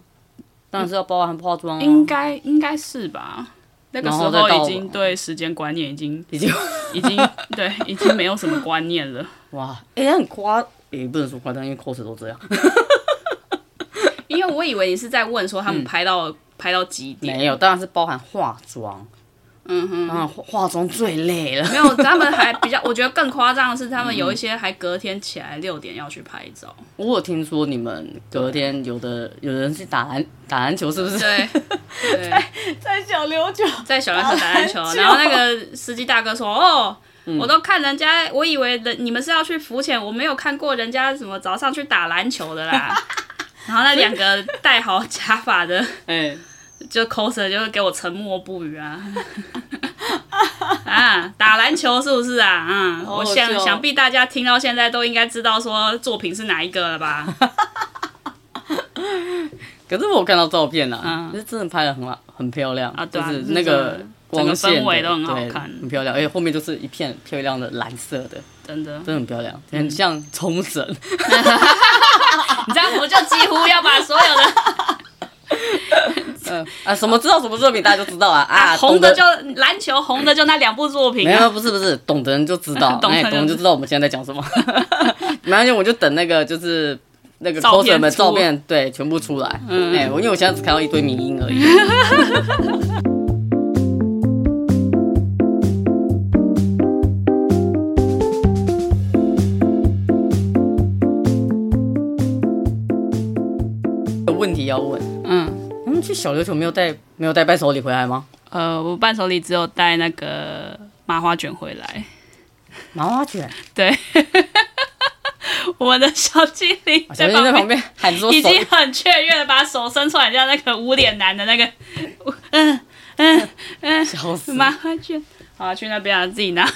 Speaker 2: 当然是要包含化妆啊。
Speaker 1: 应该应该是吧。那个时
Speaker 2: 然后再
Speaker 1: 候
Speaker 2: 到
Speaker 1: 已经对时间观念已经
Speaker 2: 已经
Speaker 1: 已经 [laughs] 对已经没有什么观念了，
Speaker 2: 哇，哎、很夸，也、不能说夸张，因为 cos 都
Speaker 1: [laughs]
Speaker 2: 这样。
Speaker 1: 因为我以为你是在问说他们拍到、拍到几点，
Speaker 2: 没有，当然是包含化妆。嗯哼，当然化化妆最累了。
Speaker 1: 没有，他们还比较，我觉得更夸张的是，他们有一些还隔天起来六点要去拍照。
Speaker 2: 我有听说你们隔天有的有人去打篮打篮球，是不是？
Speaker 1: 对，对，
Speaker 2: [laughs] 在小琉
Speaker 1: [laughs]
Speaker 2: 球，
Speaker 1: 在小篮球打篮球
Speaker 2: 打篮，球嗯
Speaker 1: 然后那个司机大哥说：“哦，我都看人家，我以为人你们是要去浮潜，我没有看过人家什么早上去打篮球的
Speaker 2: [laughs]
Speaker 1: 啦。”然后那两个戴好假发的，
Speaker 2: 哎、
Speaker 1: 就 coser 就是给我沉默不语啊。 [laughs] 啊，打篮球是不是啊？啊、
Speaker 2: 好
Speaker 1: 我
Speaker 2: 好
Speaker 1: 想
Speaker 2: 笑哦
Speaker 1: 想必大家听到现在都应该知道说作品是哪一个了吧？
Speaker 2: 可是我看到照片啊
Speaker 1: 嗯，
Speaker 2: 是真的拍的很好，很漂亮
Speaker 1: 啊对
Speaker 2: 就
Speaker 1: 啊
Speaker 2: 是
Speaker 1: 就是
Speaker 2: 那个
Speaker 1: 整个
Speaker 2: 光线
Speaker 1: 氛围
Speaker 2: 的
Speaker 1: 都很好
Speaker 2: 对
Speaker 1: 看
Speaker 2: 很漂亮，而且后面就是一片漂亮的蓝色的，
Speaker 1: 真的。
Speaker 2: 真的很漂亮，
Speaker 1: 嗯
Speaker 2: 很像冲绳。
Speaker 1: 你这样我就几乎要把所有的
Speaker 2: 嗯 [laughs] 啊，什么知道什么作品大家就知道啊啊，
Speaker 1: 红
Speaker 2: 懂
Speaker 1: 的
Speaker 2: 得
Speaker 1: 就篮球，红的就那两部作品
Speaker 2: 没
Speaker 1: 啊。
Speaker 2: 有，不是不是，懂的人就知道，
Speaker 1: [laughs] 懂的人
Speaker 2: 哎，懂的人就知道我们现在在讲什么。 [laughs] 没关系，我就等那个就是那个
Speaker 1: 照
Speaker 2: coser
Speaker 1: 片
Speaker 2: 们
Speaker 1: 出
Speaker 2: 照片对全部出来。嗯，哎，我因为我现在只看到一堆迷音而已。 [laughs] 有问题要问，
Speaker 1: 嗯，
Speaker 2: 我们去小琉球没有带没有带伴手礼回来吗？
Speaker 1: 呃，我伴手礼只有带那个麻花卷回来。
Speaker 2: 麻花卷，
Speaker 1: 对， [laughs] 我的小精灵
Speaker 2: 啊小
Speaker 1: 在
Speaker 2: 琉球在
Speaker 1: 旁
Speaker 2: 旁
Speaker 1: 边。
Speaker 2: 边喊说
Speaker 1: 已
Speaker 2: 手
Speaker 1: 经很雀跃的把手伸出来，像那个无脸男的
Speaker 2: [laughs]
Speaker 1: 那个，嗯嗯嗯，
Speaker 2: 笑死
Speaker 1: 麻花卷，好、啊、去那边啊，自己
Speaker 2: [laughs]
Speaker 1: 拿，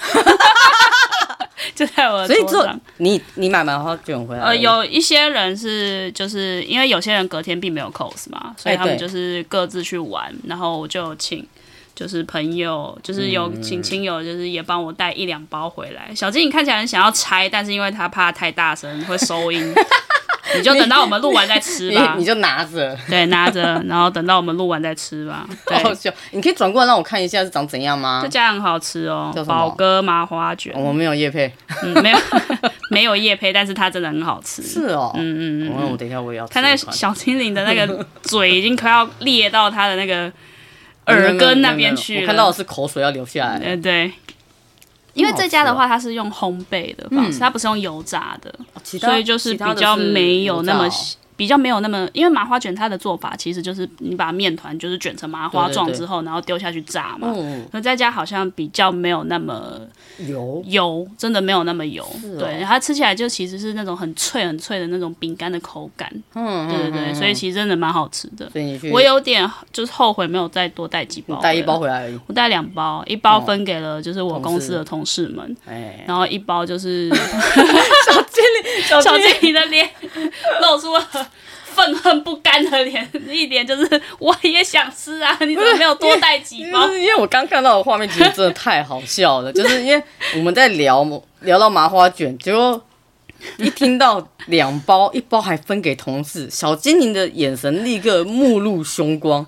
Speaker 1: 就在我的
Speaker 2: 所以
Speaker 1: 桌
Speaker 2: 做
Speaker 1: 上。
Speaker 2: 你你买麻花卷回来了
Speaker 1: 呃，有一些人是就是因为有些人隔天并没有 cos 嘛，所以他们
Speaker 2: 哎对
Speaker 1: 就是各自去玩，然后我就有请。就是朋友，就是有
Speaker 2: 嗯
Speaker 1: 请亲友，就是也帮我带一两包回来。小金，你看起来很想要拆，但是因为他怕太大声会收
Speaker 2: [laughs]
Speaker 1: 音，你就等到我们录完再吃
Speaker 2: 你
Speaker 1: 吧。
Speaker 2: 你就拿着，
Speaker 1: 对，拿着，然后等到我们录完再吃
Speaker 2: [laughs]
Speaker 1: 吧。
Speaker 2: 好
Speaker 1: 对，
Speaker 2: 笑。你可以转过来让我看一下是长怎样吗
Speaker 1: 这？家很好吃哦
Speaker 2: 叫，什么
Speaker 1: 宝哥麻花卷，
Speaker 2: 我们没有叶配，
Speaker 1: 嗯，没有 [laughs] 没有叶配，但是它真的很好吃。
Speaker 2: 是哦，嗯嗯，我等一下我也要吃
Speaker 1: 它
Speaker 2: 一
Speaker 1: 那
Speaker 2: 款。
Speaker 1: 个小精灵的那个嘴已经快要裂到它的那
Speaker 2: [laughs]
Speaker 1: 个耳根那边去了。
Speaker 2: 没有没有没有没有我看到的是口水要流下来了。
Speaker 1: 呃，对。因为
Speaker 2: 好
Speaker 1: 这
Speaker 2: 吃
Speaker 1: 家的
Speaker 2: 哦
Speaker 1: 话，它是用烘焙的方
Speaker 2: 嗯
Speaker 1: 式，它不是用油炸的，
Speaker 2: 其他
Speaker 1: 所以就是比较没有那么
Speaker 2: 啊其他的是
Speaker 1: 比较没有那么，因为麻花卷它的做法其实就是你把面团就是卷成麻花
Speaker 2: 对对
Speaker 1: 状
Speaker 2: 对
Speaker 1: 之后，然后丢下去炸嘛。
Speaker 2: 嗯
Speaker 1: 可在家好像比较没有那么
Speaker 2: 油
Speaker 1: 油，真的没有那么油。
Speaker 2: 哦
Speaker 1: 对，它吃起来就其实是那种很脆很脆的那种饼干的口感。嗯，对对对，所以其实真的蛮好吃的。
Speaker 2: 所以你去
Speaker 1: 我有点就是后悔没有再多带几包，
Speaker 2: 带一包，回来而哦已。
Speaker 1: 我带两包，一包分给了就是我公司的同事们，
Speaker 2: 哎，
Speaker 1: 然后一包
Speaker 2: [laughs]
Speaker 1: 就是
Speaker 2: 小
Speaker 1: 小经理的脸露出了愤恨不甘的脸，一脸就是我也想吃啊，你怎么没有多带几包
Speaker 2: 就？ [laughs] 是因为我刚看到的画面，其实真的太好笑了。就是因为我们在聊 [laughs] 聊到麻花卷，结果一听到两包，一包还分给同事，小精灵的眼神立刻目露凶光，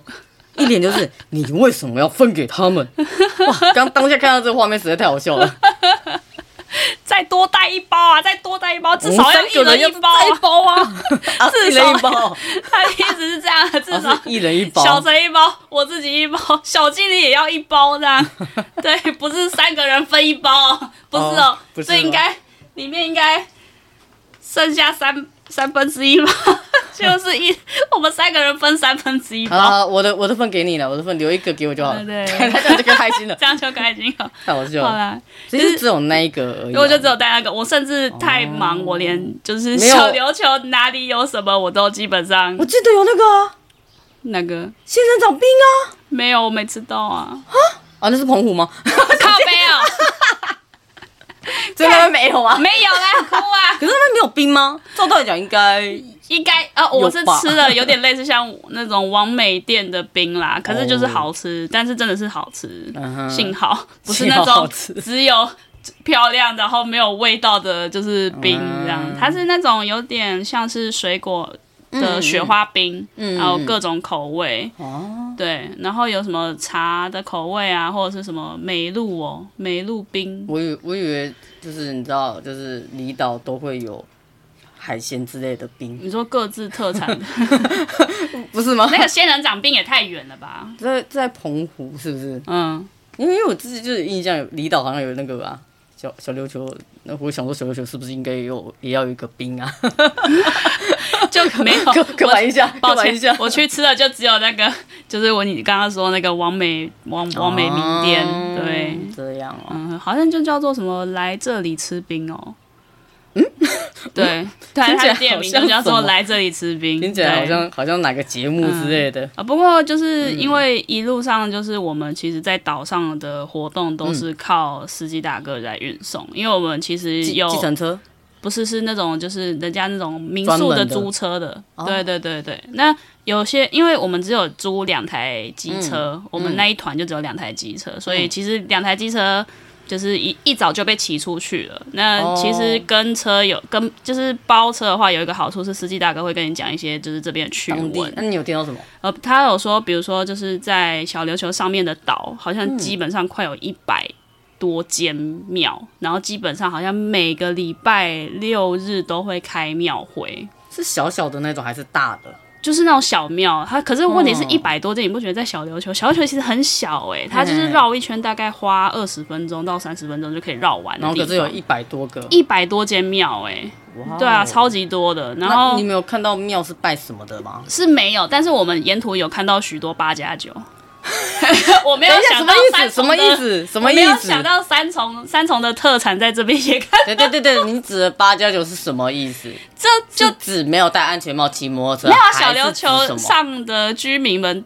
Speaker 2: 一脸就是你为什么要分给他们？ [laughs] 哇，刚当下看到这个画面实在太好
Speaker 1: [laughs]
Speaker 2: 笑了。
Speaker 1: 再多带一包啊，再多带一包，至
Speaker 2: 我们
Speaker 1: 少
Speaker 2: 三
Speaker 1: 要
Speaker 2: 个人
Speaker 1: 人
Speaker 2: 要
Speaker 1: 一包啊。
Speaker 2: 包啊，啊一人一包，
Speaker 1: [laughs] 他的意思是这样，至少
Speaker 2: [laughs] 啊是一人一
Speaker 1: 小
Speaker 2: 包。
Speaker 1: 陈一包，我自己一包，小精灵也要一包这样。对，不是三个人分一包哦，不是哦
Speaker 2: 哦，不是
Speaker 1: 这
Speaker 2: 吗
Speaker 1: 应该里面应该剩下三三分之一吧， [laughs] 就是一我们三个人分三分之一
Speaker 2: 好
Speaker 1: 包，
Speaker 2: 了，我的我的份给你了，我的份留一个给我就好了。
Speaker 1: 对对
Speaker 2: [laughs] 他这样就更开心了，
Speaker 1: 这样就开心了。
Speaker 2: 太好笑
Speaker 1: 好
Speaker 2: 了。
Speaker 1: 啦，
Speaker 2: 其实只有那一个而已啊。
Speaker 1: 我就只有带那个，我甚至太忙，我连就是
Speaker 2: 哦没有
Speaker 1: 小琉球哪里有什么我都基本上
Speaker 2: 我记得有那个啊，
Speaker 1: 那个
Speaker 2: 仙人掌冰啊，
Speaker 1: 没有，我没吃到啊，
Speaker 2: [laughs] 啊，那是澎 [laughs] 湖吗？
Speaker 1: 靠没有。
Speaker 2: 哦
Speaker 1: [laughs]
Speaker 2: 所以那边没有啊？
Speaker 1: 没有啦，哭啊！
Speaker 2: 可是那边没有冰吗？照道理讲应该
Speaker 1: 应该呃，我是
Speaker 2: 有吧
Speaker 1: 吃了有点类似像那种王美店的冰啦，可是就是好吃，但是真的是好吃，
Speaker 2: 哦嗯哼
Speaker 1: 幸好不是
Speaker 2: [laughs] 幸
Speaker 1: 那
Speaker 2: 好
Speaker 1: 种
Speaker 2: 好吃
Speaker 1: 只有漂亮然后没有味道的，就是冰
Speaker 2: 嗯
Speaker 1: 这样，它是那种有点像是水果。的雪花冰，然后各种口味，
Speaker 2: 嗯哦，
Speaker 1: 对，然后有什么茶的口味啊，或者是什么梅露哦，梅露冰，
Speaker 2: 我以我以为就是你知道，就是离岛都会有海鲜之类的冰，
Speaker 1: 你说各自特
Speaker 2: [laughs]
Speaker 1: 产的，
Speaker 2: 不是吗？
Speaker 1: 那个仙人掌冰也太远了吧？
Speaker 2: 在在澎湖是不是？
Speaker 1: 嗯，
Speaker 2: 因为我自己就是印象有离岛好像有那个吧。小小琉球，那我想说小琉球是不是应该也有也要有一个冰啊？ [laughs]
Speaker 1: 就没有。
Speaker 2: 刻刻板
Speaker 1: 我
Speaker 2: 印象，
Speaker 1: 抱
Speaker 2: 刻板印
Speaker 1: 歉
Speaker 2: 象，。
Speaker 1: 我去吃的就只有那个，就是我你刚刚说那个王美王王美名店，
Speaker 2: 哦
Speaker 1: 对，
Speaker 2: 这样哦。
Speaker 1: 嗯，好像就叫做什么来这里吃冰哦。嗯，
Speaker 2: [laughs]
Speaker 1: 对，它它
Speaker 2: 听起来
Speaker 1: 的店名
Speaker 2: 好像
Speaker 1: 就叫
Speaker 2: 什
Speaker 1: 做
Speaker 2: 么
Speaker 1: 来这里吃冰，
Speaker 2: 听起来好
Speaker 1: 对
Speaker 2: 像嗯好像哪个节目之类的。
Speaker 1: 啊，不过就是因为一路上就是我们其实，在岛上的活动都是靠司机大哥在运送，因为我们其实
Speaker 2: 嗯计
Speaker 1: 有
Speaker 2: 计程车
Speaker 1: 不是是那种就是人家那种民
Speaker 2: 专
Speaker 1: 宿
Speaker 2: 门的
Speaker 1: 租车的，对对对对。那有些因为我们只有租两台机车，
Speaker 2: 嗯
Speaker 1: 我们那一团就只有两台机车，所以其实两台机车。就是一一早就被骑出去了。那其实
Speaker 2: 哦
Speaker 1: 跟车有跟就是包车的话，有一个好处是司机大哥会跟你讲一些就是这边的趣
Speaker 2: 当地
Speaker 1: 闻，
Speaker 2: 那你有听到什么？
Speaker 1: 呃，他有说，比如说就是在小琉球上面的岛，好
Speaker 2: 嗯
Speaker 1: 像基本上快有一百多间庙，然后基本上好像每个礼拜六日都会开庙会。
Speaker 2: 是小小的那种还是大的？
Speaker 1: 就是那种小庙，它可是问题是
Speaker 2: 哦
Speaker 1: 一百多间，你不觉得在小琉球？小琉球其实很小哎、它就是
Speaker 2: 嗯
Speaker 1: 绕一圈大概花二十分钟到三十分钟就可以绕完的
Speaker 2: 然后
Speaker 1: 地
Speaker 2: 可是有
Speaker 1: 方
Speaker 2: 一百多个，
Speaker 1: 一百多间庙哎，
Speaker 2: 哇哦
Speaker 1: 对啊，超级多的。然
Speaker 2: 那
Speaker 1: 后
Speaker 2: 你没有看到庙是拜什么的吗？
Speaker 1: 是没有，但是我们沿途有看到许多八加九。 [laughs] 我没有
Speaker 2: 等一下
Speaker 1: 想到三
Speaker 2: 哎什
Speaker 1: 重
Speaker 2: 么
Speaker 1: 的
Speaker 2: 意思？什么
Speaker 1: 我
Speaker 2: 意思？什么
Speaker 1: 没有
Speaker 2: 意
Speaker 1: 想
Speaker 2: 思？
Speaker 1: 到三重三重的特产在这边也看，
Speaker 2: 对对对对，你指的八加九是什么意思？ [laughs]
Speaker 1: 这 [laughs] 就是
Speaker 2: 指没有戴安全帽骑摩托车，
Speaker 1: 没有啊小
Speaker 2: 还
Speaker 1: 琉
Speaker 2: 是指什
Speaker 1: 球
Speaker 2: 么
Speaker 1: 上的居民们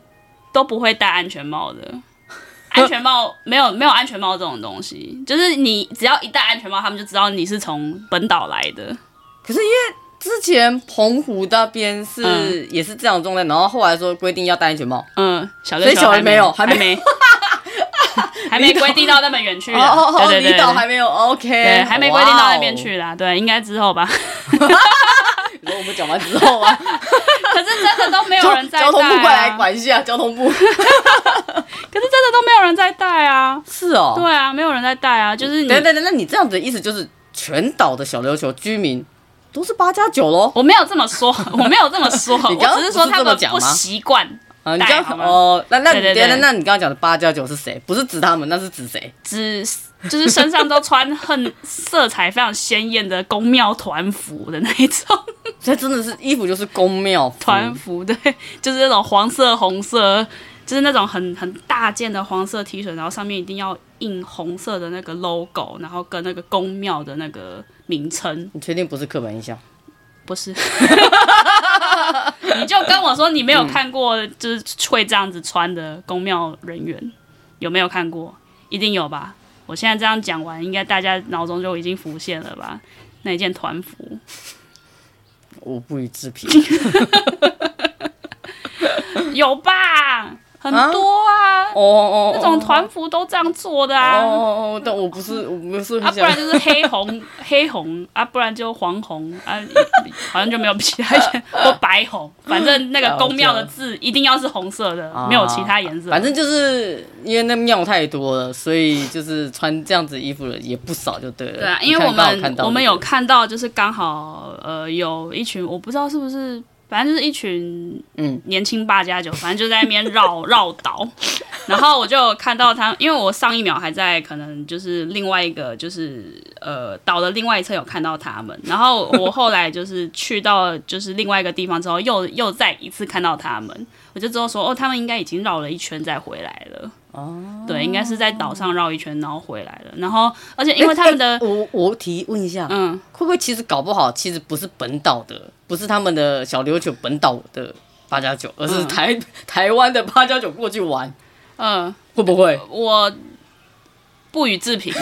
Speaker 1: 都不会戴安全帽
Speaker 2: [laughs]
Speaker 1: 的。安全帽没有没有安全帽这种东西，就是你只要一戴安全帽，他们就知道你是从本岛来的。
Speaker 2: 可是因为之前澎湖那边是、
Speaker 1: 嗯
Speaker 2: 也是这样的状态，然后后来说规定要戴安全帽。
Speaker 1: 嗯，小
Speaker 2: 所
Speaker 1: 琉
Speaker 2: 以
Speaker 1: 球
Speaker 2: 小琉
Speaker 1: 还
Speaker 2: 没有
Speaker 1: 还
Speaker 2: 还没
Speaker 1: 没还没 [laughs] 规定到那么远去
Speaker 2: 哦
Speaker 1: 啊。
Speaker 2: 哦哦，
Speaker 1: 对对
Speaker 2: 离
Speaker 1: 对
Speaker 2: 岛
Speaker 1: 对
Speaker 2: 还没有 OK，
Speaker 1: 对，还没规定到那边
Speaker 2: 哎哇
Speaker 1: 去啦。对，应该之后
Speaker 2: [laughs]
Speaker 1: 吧。
Speaker 2: 哦。然后我们讲完之后
Speaker 1: [laughs]
Speaker 2: 啊，
Speaker 1: 可是真的都没有人在戴、啊，
Speaker 2: 交通部过来管一下，交通部
Speaker 1: 可是真的都没有人在戴啊。
Speaker 2: [laughs] 是哦。
Speaker 1: 对啊，没有人在戴啊，就是你
Speaker 2: 等等等，那你这样子的意思就是全岛的小琉球居民都是八加九喽？
Speaker 1: 我没有这么
Speaker 2: [laughs]
Speaker 1: 说，我没有这么说，
Speaker 2: 你刚
Speaker 1: 我
Speaker 2: 刚
Speaker 1: 只是说他
Speaker 2: 不是这么
Speaker 1: 们
Speaker 2: 讲
Speaker 1: 不
Speaker 2: 吗
Speaker 1: 习惯
Speaker 2: 啊，你
Speaker 1: 戴
Speaker 2: 刚
Speaker 1: 好吗
Speaker 2: 哦，那那你
Speaker 1: 对对对
Speaker 2: 那那你刚刚讲的八加九是谁？不是指他们，那是指谁？
Speaker 1: 只就是身上都穿很色彩非常鲜艳的宫庙团服的那一种
Speaker 2: 这真的是衣服就是公庙服
Speaker 1: 团服，对， [laughs] 就是那种黄色、红色，就是那种很很大件的黄色 T 恤，然后上面一定要印红色的那个 logo，然后跟那个宫庙的那个名称，
Speaker 2: 你确定不是刻板印象？
Speaker 1: 不是。 [laughs] 你就跟我说你没有看过，就是会这样子穿的宫庙人员，有没有看过？一定有吧？我现在这样讲完，应该大家脑中就已经浮现了吧？那一件团服，
Speaker 2: 我不予
Speaker 1: [laughs]
Speaker 2: 置评。
Speaker 1: 有吧？很多啊，
Speaker 2: 哦哦，
Speaker 1: 那种团服都这样做的啊。
Speaker 2: 哦哦哦，但我不是，我不是
Speaker 1: 啊，
Speaker 2: 很
Speaker 1: 不
Speaker 2: 想
Speaker 1: 然。就是黑
Speaker 2: [laughs]
Speaker 1: 红黑红啊，不然就黄红啊，好像就没有其他颜或白红，反正那个宫庙的字一定要是红色的，
Speaker 2: 啊
Speaker 1: 没有其他颜色。
Speaker 2: 反正就是因为那庙太多了，所以就是穿这样子衣服的也不少，就对了。
Speaker 1: 对啊，
Speaker 2: 你
Speaker 1: 因为
Speaker 2: 看
Speaker 1: 我
Speaker 2: 刚好看
Speaker 1: 们
Speaker 2: 到
Speaker 1: 我们
Speaker 2: 那个
Speaker 1: 有看到，就是刚好呃有一群我不知道是不是，反正就是一群
Speaker 2: 嗯
Speaker 1: 年轻八加九，反正就在那边绕绕
Speaker 2: [laughs]
Speaker 1: 岛。然后我就有看到他，因为我上一秒还在可能就是另外一个就是呃岛的另外一侧有看到他们，然后我后来就是去到就是另外一个地方之后，又又再一次看到他们，我就知道说哦，他们应该已经绕了一圈再回来了。哦，对，应该是在岛上绕一圈然后回来了，然后而且因为他们
Speaker 2: [laughs]
Speaker 1: 的、
Speaker 2: 哎我我提问一下，
Speaker 1: 嗯，
Speaker 2: 会不会其实搞不好其实不是本岛的，不是他们的小琉球本岛的八加九，而是
Speaker 1: 嗯
Speaker 2: 台、台湾的八加九过去玩，
Speaker 1: 嗯，
Speaker 2: 会不会？
Speaker 1: 我不予
Speaker 2: [laughs]
Speaker 1: 置评，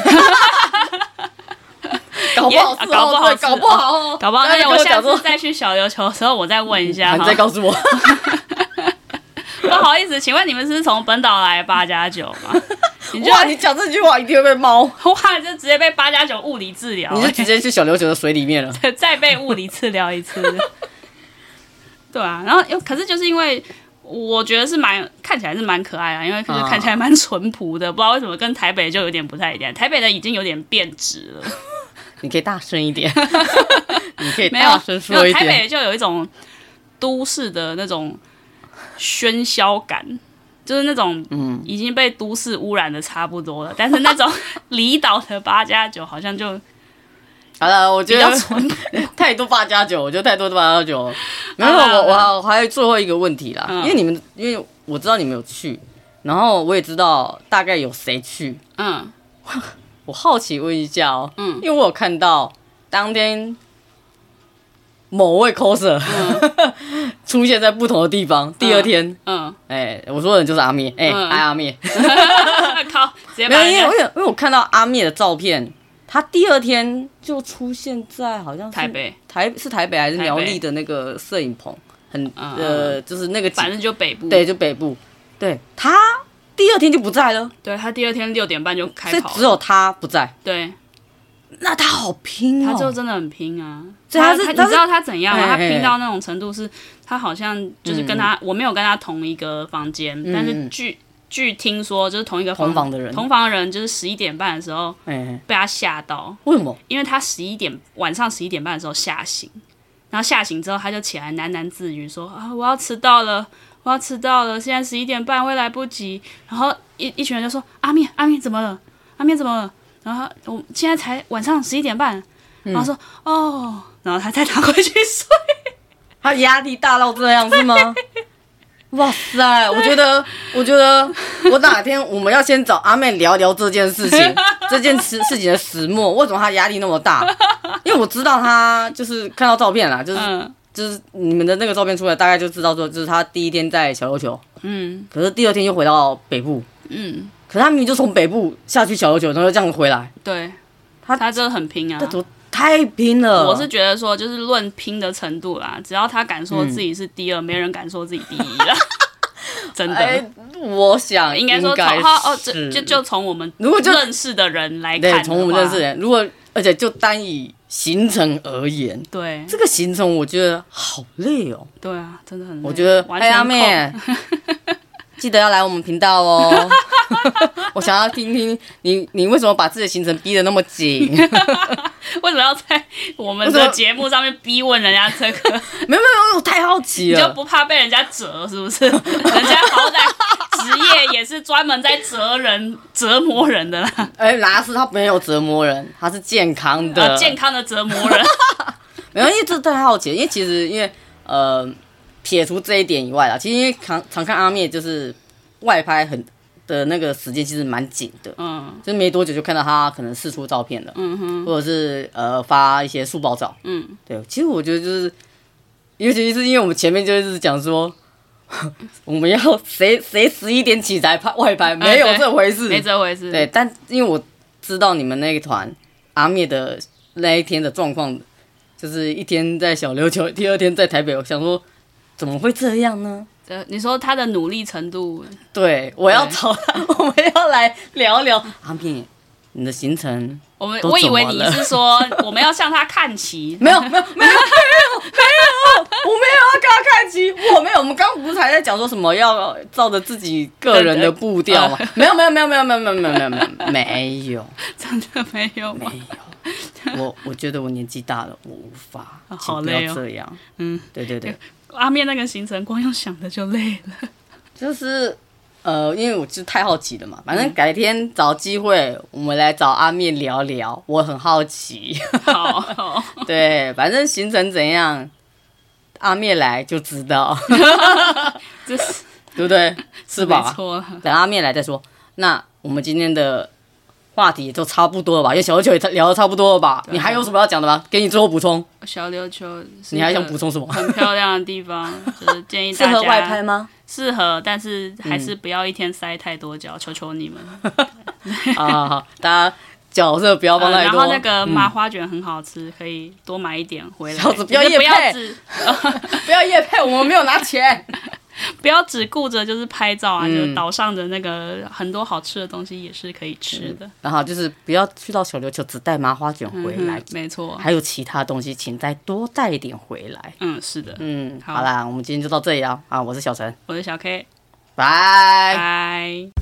Speaker 2: 搞不
Speaker 1: [laughs]
Speaker 2: 好
Speaker 1: 也啊
Speaker 2: 是、哦，
Speaker 1: 搞不好
Speaker 2: 对
Speaker 1: 是啊
Speaker 2: 搞不好、哦，
Speaker 1: 搞不好
Speaker 2: 那
Speaker 1: 那
Speaker 2: 你
Speaker 1: 我
Speaker 2: 跟
Speaker 1: 下
Speaker 2: 讲说
Speaker 1: [laughs] 次啊再去小琉球的时候，我再问一下。
Speaker 2: 啊你再告诉我， [laughs]
Speaker 1: 好不好意思，请问你们是从本岛来八加九吗？ [laughs] 你就
Speaker 2: 哇，你讲这句话一定会被猫，
Speaker 1: 哇，就直接被八加九物理治疗、
Speaker 2: 你就直接去小琉球的水里
Speaker 1: [laughs]
Speaker 2: 面了。
Speaker 1: 再被物理治疗一次。 [laughs] 对啊，然后又可是就是因为我觉得是蛮看起来是蛮可爱啊，因为可是
Speaker 2: 啊
Speaker 1: 看起来蛮淳朴的，不知道为什么跟台北就有点不太一样，台北的已经有点变质了。
Speaker 2: 你可以大声一点，你可以
Speaker 1: 没有
Speaker 2: 大声说
Speaker 1: 没
Speaker 2: 一
Speaker 1: 有台
Speaker 2: 点。
Speaker 1: 北就有一种都市的那种喧嚣感，就是那种
Speaker 2: 嗯
Speaker 1: 已经被都市污染的差不多了，但是
Speaker 2: [laughs]
Speaker 1: 那种离岛的八加九好像就
Speaker 2: 好了，我觉
Speaker 1: 比较
Speaker 2: 得
Speaker 1: 淳朴。
Speaker 2: 太多八加九，我觉得太多八
Speaker 1: [laughs]
Speaker 2: 加九。没有，
Speaker 1: 好啦嗯
Speaker 2: 我我
Speaker 1: 好
Speaker 2: 还我还有最后一个问题啦，因为你们，因为我知道你们有去，然后我也知道大概有谁去。
Speaker 1: 嗯，
Speaker 2: 我好奇问一下哦，嗯，因为我有看到当天某位 coser、出现在不同的地方，第二天， [laughs]
Speaker 1: 嗯，
Speaker 2: 哎、我说的就是阿灭，哎、
Speaker 1: 嗯
Speaker 2: 哎阿灭，
Speaker 1: 靠，直接
Speaker 2: 没
Speaker 1: 把
Speaker 2: 有，因为
Speaker 1: 人
Speaker 2: 我
Speaker 1: 家
Speaker 2: 有，因为我看到阿灭的照片，他第二天就出现在好像是
Speaker 1: 台北，
Speaker 2: 台是台北还是
Speaker 1: 台北
Speaker 2: 苗栗的那个摄影棚，很
Speaker 1: 嗯
Speaker 2: 呃，就是那个景
Speaker 1: 反正就北部。
Speaker 2: 对，就北部，对他第二天就不在了，
Speaker 1: 对他第二天六点半就开
Speaker 2: 所以
Speaker 1: 跑了，
Speaker 2: 只有他不在。
Speaker 1: 对，
Speaker 2: 那他好拼哦，
Speaker 1: 他就真的很拼啊。
Speaker 2: 所以他是
Speaker 1: 他，你
Speaker 2: 他是
Speaker 1: 知道他怎样吗？
Speaker 2: 哎
Speaker 1: 他
Speaker 2: 哎嗯
Speaker 1: 拼到那种程度是，他好像就是跟他，我没有跟他同一个房间，但是据据听说，就是同一个
Speaker 2: 同房的人
Speaker 1: 同房人就是十一点半的时候
Speaker 2: 哎、哎
Speaker 1: 被他吓到，
Speaker 2: 为什么？
Speaker 1: 因为他十一点晚上十一点半的时候吓醒，然后吓醒之后他就起来喃喃自语说啊我要迟到了，我要迟到了，现在十一点半会来不及。然后一一群人就说阿面阿面怎么了？阿面怎么了？然后他我现在才晚上十一点半，
Speaker 2: 嗯
Speaker 1: 然后说、哦，然后他再拿回去睡。
Speaker 2: 他压力大到这样
Speaker 1: [laughs]
Speaker 2: 是吗？哇塞，我觉得，我觉得，我哪天我们要先找阿妹聊聊这件事情，这件事事情的始末，为什么她压力那么大？因为我知道她就是看到照片啦，就是、
Speaker 1: 嗯
Speaker 2: 就是你们的那个照片出来，大概就知道说，就是她第一天在小琉球，
Speaker 1: 嗯
Speaker 2: 可是第二天又回到北部，
Speaker 1: 嗯，
Speaker 2: 可是她明明就从北部下去小琉球，然后又这样回来，
Speaker 1: 对，
Speaker 2: 他
Speaker 1: 他真的很拼啊
Speaker 2: 这。多太拼了！
Speaker 1: 我是觉得说，就是论拼的程度啦，只要他敢
Speaker 2: 嗯
Speaker 1: 说自己是第二，没人敢说自己第一
Speaker 2: [laughs]
Speaker 1: 了。真的，
Speaker 2: 哎，我想
Speaker 1: 应该说从
Speaker 2: 该
Speaker 1: 他哦，
Speaker 2: 是
Speaker 1: 就就就从我们
Speaker 2: 如果就
Speaker 1: 认识的人来看的
Speaker 2: 对，
Speaker 1: 话，
Speaker 2: 从我们认识的人，如果而且就单以行程而言，
Speaker 1: 对
Speaker 2: 这个行程我觉得好累哦。
Speaker 1: 对啊，真的很累，
Speaker 2: 我觉得，
Speaker 1: 完全
Speaker 2: 哎呀
Speaker 1: 控
Speaker 2: 妹，记得要来我们频道哦。 [laughs] 我想要听听你，你为什么把自己的行程逼得那么紧？没有
Speaker 1: [laughs] 为什么要在我们
Speaker 2: 为什
Speaker 1: 的
Speaker 2: 么
Speaker 1: 节目上面逼问人家这个？
Speaker 2: 没有没 [laughs] 有，我太好奇
Speaker 1: 你就
Speaker 2: 了。
Speaker 1: 不怕被人家折是不
Speaker 2: [laughs]
Speaker 1: 是？人家好歹职业也是专门在折人、 [laughs] 折磨人的啦，
Speaker 2: 哎，拉斯他没有折磨人，他是健康的，
Speaker 1: 呃，健康的折磨
Speaker 2: [laughs]
Speaker 1: 人。
Speaker 2: 没有，因为这太好奇了，因为其实因为呃，撇除这一点以外啦，其实因为常常看阿灭就是外拍很的那个时间其实蛮紧的，
Speaker 1: 嗯
Speaker 2: 就是没多久就看到他可能试出照片了，
Speaker 1: 嗯哼，
Speaker 2: 或者是呃发一些速报照。
Speaker 1: 嗯，
Speaker 2: 对，其实我觉得就是，尤其是因为我们前面就是讲说。 [laughs] 我们要谁谁十一点起来拍外拍，没有
Speaker 1: 哎对
Speaker 2: 这回事，
Speaker 1: 没这回事。
Speaker 2: 对，但因为我知道你们那一团阿灭的那一天的状况，就是一天在小琉球，第二天在台北，我想说怎么会这样呢？
Speaker 1: 呃，你说他的努力程度，
Speaker 2: 对，我要
Speaker 1: 对
Speaker 2: 找他，我们要来聊聊阿灭，你的行程
Speaker 1: 我们
Speaker 2: 都
Speaker 1: 我以为
Speaker 2: 怎么
Speaker 1: 你
Speaker 2: 了
Speaker 1: 是说我们要向他看齐，
Speaker 2: [laughs] 没有没有没有没有没有，我没有要跟他看齐，我没有。我们刚刚不是还在讲说什么要照着自己个人的步调吗？没有没有没有没有没有没有没有没有没有。
Speaker 1: [laughs] 真的没有吗？
Speaker 2: 我我觉得我年纪大了，我无法，
Speaker 1: 啊
Speaker 2: 请
Speaker 1: 好
Speaker 2: 不
Speaker 1: 累
Speaker 2: 要
Speaker 1: 哦
Speaker 2: 这样，
Speaker 1: 嗯，
Speaker 2: 对对对，
Speaker 1: 阿面那个行程，光用想的就累
Speaker 2: [laughs]
Speaker 1: 了。
Speaker 2: 就是呃，因为我就太好奇了嘛，反
Speaker 1: 嗯
Speaker 2: 正改天找机会我们来找阿面聊聊，我很好
Speaker 1: [laughs]
Speaker 2: 奇。
Speaker 1: 好，好
Speaker 2: 对，反正行程怎样，阿面来就知
Speaker 1: [laughs]
Speaker 2: 道，
Speaker 1: 这是
Speaker 2: 对不对？是
Speaker 1: 没
Speaker 2: 吧？
Speaker 1: 错了。
Speaker 2: 等阿面来再说。那我们今天的。话题也就差不多了吧，因为小九也聊的差不多了吧？
Speaker 1: 啊
Speaker 2: 你还有什么要讲的吗？给你最后补充，
Speaker 1: 小琉球，
Speaker 2: 你还想补？充什
Speaker 1: [laughs]
Speaker 2: 么？
Speaker 1: 很漂亮的地方，就是建议
Speaker 2: 适
Speaker 1: 大
Speaker 2: 合
Speaker 1: 家
Speaker 2: 外拍吗？
Speaker 1: 适合，但是还是不要一天塞太多
Speaker 2: 嗯
Speaker 1: 脚，求求你们。
Speaker 2: 啊，好好大家角色不要放
Speaker 1: 呃
Speaker 2: 太
Speaker 1: 然
Speaker 2: 多。嗯
Speaker 1: 后那个麻花卷很好吃，可以多买一点回来。
Speaker 2: 小子
Speaker 1: 只
Speaker 2: 不要
Speaker 1: 是
Speaker 2: 业
Speaker 1: 不要
Speaker 2: 配
Speaker 1: 只 [laughs]
Speaker 2: [laughs] 不要夜配，我们没有拿钱。
Speaker 1: 不要只顾着就是拍照啊，
Speaker 2: 嗯
Speaker 1: 就是岛上的那个很多好吃的东西也是可以吃的。
Speaker 2: 然后就是不要去到小琉球只带麻花卷回来，
Speaker 1: 嗯没错。
Speaker 2: 还有其他东西，请再多带一点回来。
Speaker 1: 嗯，是的。
Speaker 2: 嗯，
Speaker 1: 好
Speaker 2: 好啦，我们今天就到这里啊。啊，我是小陈，
Speaker 1: 我是小 K，
Speaker 2: 拜。
Speaker 1: 拜。